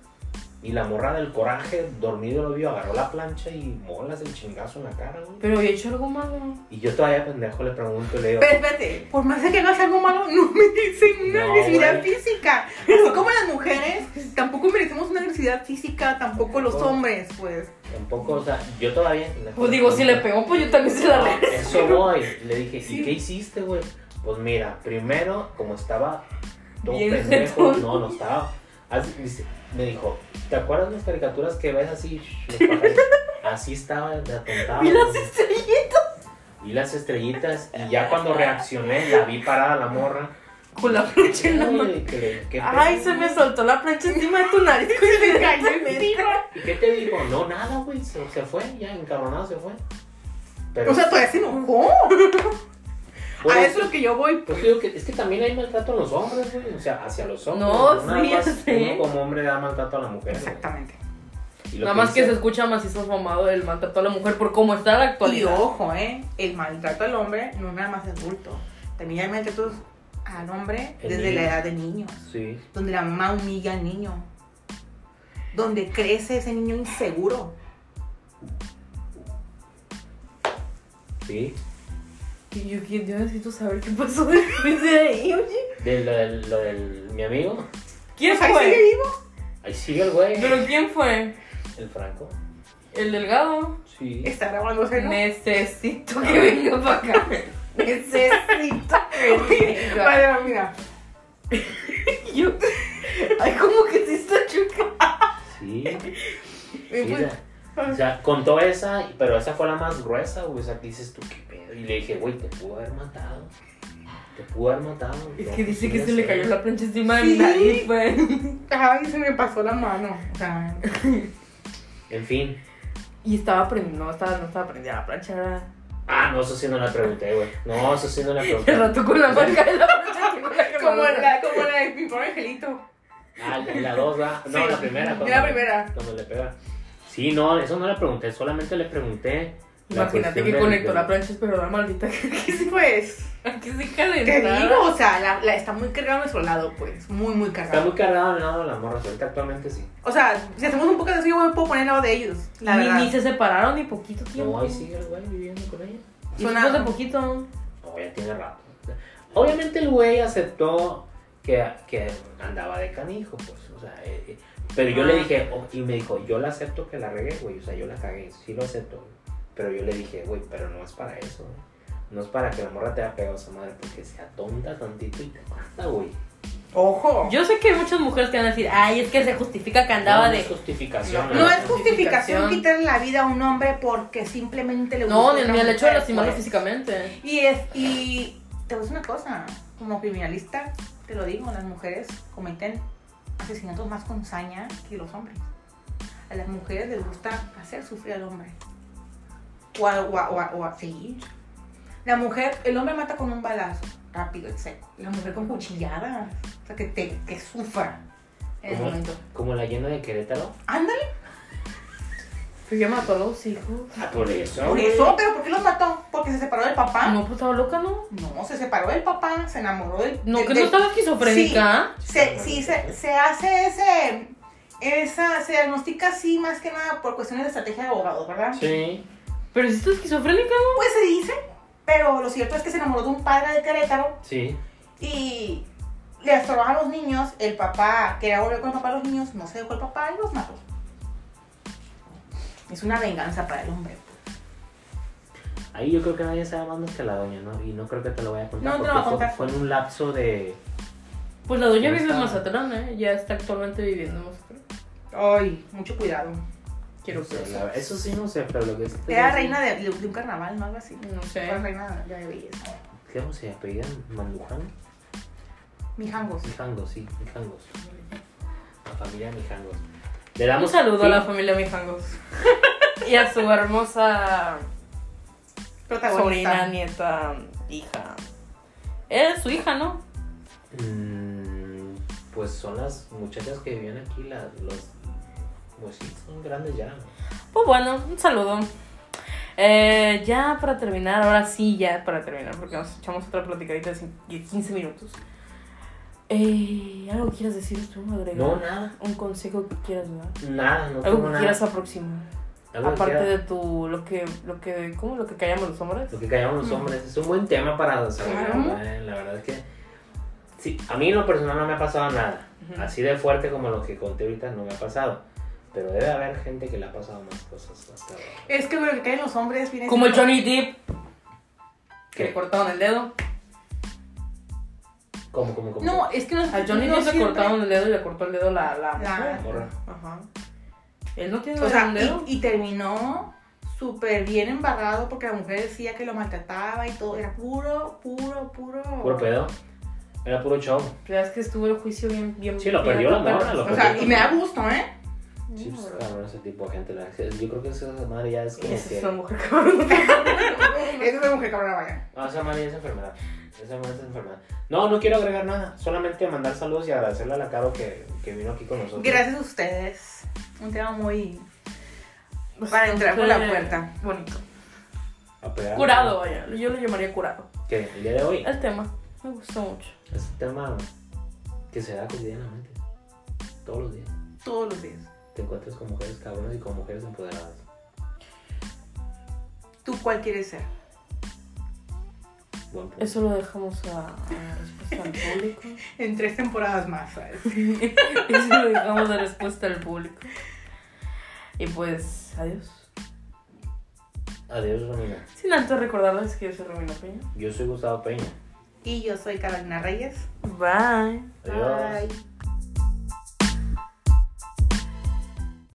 Speaker 2: Y la morra del coraje, dormido lo vio, agarró la plancha y molas el chingazo en la cara, güey.
Speaker 5: Pero había hecho algo malo.
Speaker 2: Y yo todavía pendejo le pregunto y le digo.
Speaker 3: Pero espérate, por más de que hagas algo malo, no merecen una
Speaker 2: No,
Speaker 3: agresividad
Speaker 2: güey.
Speaker 3: física. Así como las mujeres, tampoco merecemos una agresividad física, tampoco los
Speaker 2: Tampoco.
Speaker 3: hombres, pues.
Speaker 2: Tampoco, o sea, yo todavía.
Speaker 1: Pues digo, si le pegó, pues yo también se la re-
Speaker 2: Eso voy. Le dije, ¿y
Speaker 3: Sí.
Speaker 2: qué hiciste, güey? Pues mira, primero, como estaba todo
Speaker 1: Bien
Speaker 2: pendejo,
Speaker 1: jetón.
Speaker 2: no, no estaba. así- dice- me dijo, ¿te acuerdas de las caricaturas que ves así? los pajaritos?" así estaba de
Speaker 3: Ah.
Speaker 2: atontado.
Speaker 1: Y las
Speaker 2: güey.
Speaker 1: estrellitas.
Speaker 2: Vi las estrellitas y ya cuando reaccioné, la vi parada la morra.
Speaker 1: Con la plancha en la mano.
Speaker 2: Uy, que le- ¿qué, te-
Speaker 1: Ay, se me soltó la plancha encima de tu nariz.
Speaker 3: Se me cayó encima.
Speaker 2: ¿Y qué te dijo? No, nada, güey. Se, se fue, ya encarronado se fue. Pero,
Speaker 3: O sea, todavía se enojó.
Speaker 2: pues,
Speaker 3: A eso es lo que yo voy.
Speaker 2: Pues digo que es que también hay maltrato a los hombres, güey. O sea, hacia los hombres.
Speaker 1: No,
Speaker 2: nada
Speaker 1: sí,
Speaker 2: más
Speaker 1: ya sé.
Speaker 2: Uno como hombre da maltrato a la mujer. güey.
Speaker 3: Exactamente.
Speaker 2: Y lo
Speaker 1: Nada más que se
Speaker 2: hice-
Speaker 1: escucha macizo mamado el maltrato a la mujer por cómo está la
Speaker 3: Y
Speaker 1: actualidad.
Speaker 3: ojo, ¿eh? El maltrato al hombre no es nada más de adulto. También hay maltratos al hombre
Speaker 2: El
Speaker 3: desde
Speaker 2: niño.
Speaker 3: la edad de niños.
Speaker 2: Sí.
Speaker 3: Donde la mamá humilla al niño. Donde crece ese niño inseguro.
Speaker 2: Sí.
Speaker 1: Y yo, que- yo necesito saber qué pasó después de ahí, oye.
Speaker 2: De lo del, lo del- mi amigo.
Speaker 1: ¿Quién
Speaker 3: Pues ahí sigue
Speaker 1: fue?
Speaker 3: vivo.
Speaker 2: Ahí sigue el güey.
Speaker 1: ¿Pero quién fue?
Speaker 2: El Franco.
Speaker 1: ¿El delgado?
Speaker 2: Sí.
Speaker 3: Está grabándose, ¿no?
Speaker 1: Necesito que venga para acá. Necesito que venga.
Speaker 3: Vale, mira.
Speaker 1: Y yo, ay, como que sí está chuca.
Speaker 2: Sí.
Speaker 3: Y
Speaker 2: Sí,
Speaker 3: pues,
Speaker 1: ah.
Speaker 2: o sea, contó esa, pero esa fue la más gruesa, güey. O sea, que dices tú, qué pedo. Y le dije, güey, te pudo haber matado. Te pudo haber matado.
Speaker 1: Es
Speaker 2: No,
Speaker 1: que dice que
Speaker 2: no
Speaker 1: se le
Speaker 2: sé.
Speaker 1: cayó la plancha encima de
Speaker 3: Sí.
Speaker 1: mi nariz, güey.
Speaker 3: Ay, se me pasó la mano. O sea,
Speaker 2: En fin.
Speaker 1: Y estaba prendida, no estaba, no estaba prendida la plancha, era.
Speaker 2: Ah, no, eso sí no la pregunté, güey. No, eso sí no la
Speaker 1: El
Speaker 2: pregunté.
Speaker 1: rato con la marca de la plancha. tengo la
Speaker 3: como
Speaker 1: quemadura.
Speaker 3: la, como la de mi pobre angelito.
Speaker 2: Ah, la dos, ¿verdad? No,
Speaker 3: Sí.
Speaker 2: la primera. cuando-
Speaker 3: La primera.
Speaker 2: Cuando le pega. Sí, no, eso no le pregunté, solamente le pregunté. la
Speaker 1: Imagínate
Speaker 2: cuestión
Speaker 1: que
Speaker 2: del-
Speaker 1: conectó
Speaker 2: del-
Speaker 1: la plancha, pero la maldita que
Speaker 3: Pues,
Speaker 1: que se
Speaker 3: te digo,
Speaker 1: calentara.
Speaker 3: o sea, la, la- está muy cargado a nuestro lado, pues. Muy, muy
Speaker 2: Está
Speaker 3: cargado.
Speaker 2: muy cargado al lado de la morra, ahorita actualmente sí.
Speaker 3: O sea, si hacemos un poco de eso, yo me puedo poner al lado de ellos. La
Speaker 1: Ni,
Speaker 3: verdad.
Speaker 1: ni se separaron ni poquito tiempo.
Speaker 2: No, ahí sigue el güey viviendo con ella.
Speaker 1: Y
Speaker 3: Suena-
Speaker 1: después de poquito.
Speaker 2: No, ya tiene rato. Obviamente el güey aceptó que, que andaba de canijo, pues, o sea, eh, eh, pero yo le
Speaker 1: Ah.
Speaker 2: dije, oh, y me dijo, yo la acepto que la regué, güey, o sea, yo la cagué, sí lo acepto, güey. pero yo le dije, güey, pero no es para eso, güey. no es para que la morra te haya pegado a esa madre, porque se atonta tantito y te mata, güey.
Speaker 3: Ojo.
Speaker 1: Yo sé que hay muchas mujeres que van a decir, ay, es que se justifica que andaba
Speaker 2: No, no
Speaker 1: de.
Speaker 2: es justificación.
Speaker 1: No,
Speaker 3: no es
Speaker 2: justificación.
Speaker 3: justificación quitarle la vida a un hombre porque simplemente le
Speaker 1: No,
Speaker 3: gusta
Speaker 1: ni,
Speaker 3: otra
Speaker 1: ni el hecho de
Speaker 3: mujer,
Speaker 1: lastimarlo
Speaker 3: pues.
Speaker 1: físicamente.
Speaker 3: Y es, y te voy a decir una cosa, como criminalista, te lo digo, las mujeres cometen asesinatos más con saña que los hombres. A las mujeres les gusta hacer sufrir al hombre. O a, o a- o a- o a- sí. La mujer, el hombre mata con un balazo, rápido y seco. La mujer con cuchillada, o sea, que te que sufra en el
Speaker 2: Ujú.
Speaker 3: momento.
Speaker 2: Como la llena de Querétaro.
Speaker 3: Ándale, Pues
Speaker 1: Pero ya mató a los hijos.
Speaker 2: Ah, por eso.
Speaker 3: por
Speaker 2: güey.
Speaker 3: eso, pero ¿por qué los mató? ¿Porque se separó del papá?
Speaker 1: No, pues estaba loca, ¿no?
Speaker 3: No, se separó del papá, se enamoró del...
Speaker 1: No,
Speaker 3: del-
Speaker 1: que no
Speaker 3: del-
Speaker 1: estaba esquizofrénica.
Speaker 3: se, sí, se, se hace ese, esa, se diagnostica así más que nada por cuestiones de estrategia de abogados, ¿verdad?
Speaker 2: Sí.
Speaker 1: Pero si está esquizofrénica.
Speaker 3: Pues se dice, pero lo cierto es que se enamoró de un padre de Querétaro
Speaker 2: Sí.
Speaker 3: y le astrobaban a los niños, el papá quería volver con el papá de los niños, no se dejó el papá y los mató. Es una venganza para el hombre.
Speaker 2: Ahí yo creo que nadie sabe más más que la doña, ¿no? Y no creo que te lo vaya a contar.
Speaker 3: No, te
Speaker 2: porque
Speaker 3: lo voy a contar.
Speaker 2: Fue, fue en un lapso de.
Speaker 1: Pues la doña
Speaker 2: No
Speaker 1: vive en
Speaker 2: está.
Speaker 1: Mazatlán, ¿eh? Ya está actualmente viviendo en Mazatlán.
Speaker 3: Ay, mucho cuidado.
Speaker 1: Quiero
Speaker 2: no sé,
Speaker 1: creer.
Speaker 2: la- Eso sí, no sé, pero lo que es.
Speaker 3: Era reina de, de un carnaval, ¿no? Algo así.
Speaker 1: No sé.
Speaker 3: Fue reina de de belleza.
Speaker 2: ¿Qué ¿Cómo se apellida? ¿Manduján?
Speaker 3: Mijangos.
Speaker 2: Mijangos, sí, Mijangos. La familia Mijangos. Le
Speaker 1: Un
Speaker 2: damos.
Speaker 1: saludo a la
Speaker 2: sí,
Speaker 1: familia Mijangos. y a su hermosa sobrina,
Speaker 3: Protagonista.
Speaker 1: nieta, hija. Es su hija, ¿no?
Speaker 2: mm, pues son las muchachas que viven aquí, las, los, pues sí, son grandes ya. ¿no?
Speaker 1: Pues bueno, un saludo. Eh, ya para terminar, ahora sí, ya para terminar, porque nos echamos otra platicadita de cin- de 15 minutos. Eh, ¿Algo que quieras decir tú, Madre?
Speaker 2: No, nada,
Speaker 1: Un consejo que quieras dar.
Speaker 2: nada, no
Speaker 1: Algo
Speaker 2: tengo
Speaker 1: que
Speaker 2: nada.
Speaker 1: quieras aproximar.
Speaker 2: Algo que
Speaker 1: Aparte
Speaker 2: quiera-
Speaker 1: de tu. Lo que. Lo que ¿Cómo? Lo que callamos los hombres.
Speaker 2: lo que callamos los hombres. Es un buen tema para desarrollar.
Speaker 3: Claro.
Speaker 2: ¿eh? La verdad es que sí, a mí en lo personal no me ha pasado nada.
Speaker 1: Ujú.
Speaker 2: Así de fuerte como lo que conté ahorita no me ha pasado. Pero debe haber gente que le ha pasado más cosas hasta ahora.
Speaker 3: Es que lo que caen los hombres viene
Speaker 1: Como el
Speaker 3: siendo-
Speaker 1: Johnny Depp. Que
Speaker 2: ¿Qué?
Speaker 1: le cortaron el dedo.
Speaker 2: ¿Cómo, cómo, cómo?
Speaker 3: No, es que no
Speaker 1: A Johnny
Speaker 3: no
Speaker 1: Depp le
Speaker 3: siempre-
Speaker 1: cortaron el dedo y le cortó el dedo la. la...
Speaker 3: La-
Speaker 2: Morra.
Speaker 1: Ajá. Él no tiene
Speaker 3: O sea,
Speaker 1: un dedo.
Speaker 3: y, y terminó súper bien embarrado porque la mujer decía que lo maltrataba y todo. Era puro, puro, puro.
Speaker 2: Puro pedo. Era puro show.
Speaker 1: Ya es que estuvo el juicio bien. bien
Speaker 2: Sí, lo
Speaker 1: bien
Speaker 2: perdió la
Speaker 1: perro.
Speaker 2: morra, lo
Speaker 3: O sea, y me da gusto, ¿eh?
Speaker 2: Sí, pues, cabrón, ese tipo de gente. la- Yo creo que esa madre ya es como
Speaker 1: Esa
Speaker 2: que.
Speaker 1: es una mujer cabrón.
Speaker 3: Esa es la mujer cabrona, vaya.
Speaker 2: No, esa madre ya es enfermedad. Esa madre es enfermedad. No, no quiero agregar nada. Solamente mandar saludos y agradecerle a la Caro que, que vino aquí con nosotros.
Speaker 3: Gracias a ustedes. Un tema muy.
Speaker 1: Pues
Speaker 3: Para entrar por la puerta.
Speaker 1: Bonito.
Speaker 2: A pegar-
Speaker 1: Curado, vaya. Yo lo llamaría curado.
Speaker 2: ¿Qué? El día de hoy.
Speaker 1: El tema. Me gustó mucho.
Speaker 2: Es un tema que se da cotidianamente. Todos los días.
Speaker 3: Todos los días.
Speaker 2: Te encuentras con mujeres cabronas y con mujeres empoderadas.
Speaker 3: ¿Tú cuál quieres ser?
Speaker 2: Buen punto.
Speaker 1: Eso lo dejamos a, a la respuesta al público.
Speaker 3: En tres temporadas más, ¿sabes?
Speaker 1: Eso lo dejamos a respuesta al público. Y pues, adiós.
Speaker 2: Adiós, Romina.
Speaker 1: Sin antes recordarles que yo soy Romina Peña.
Speaker 2: Yo soy Gustavo Peña.
Speaker 3: Y yo soy Carolina Reyes.
Speaker 1: Bye.
Speaker 2: Adiós.
Speaker 3: Bye.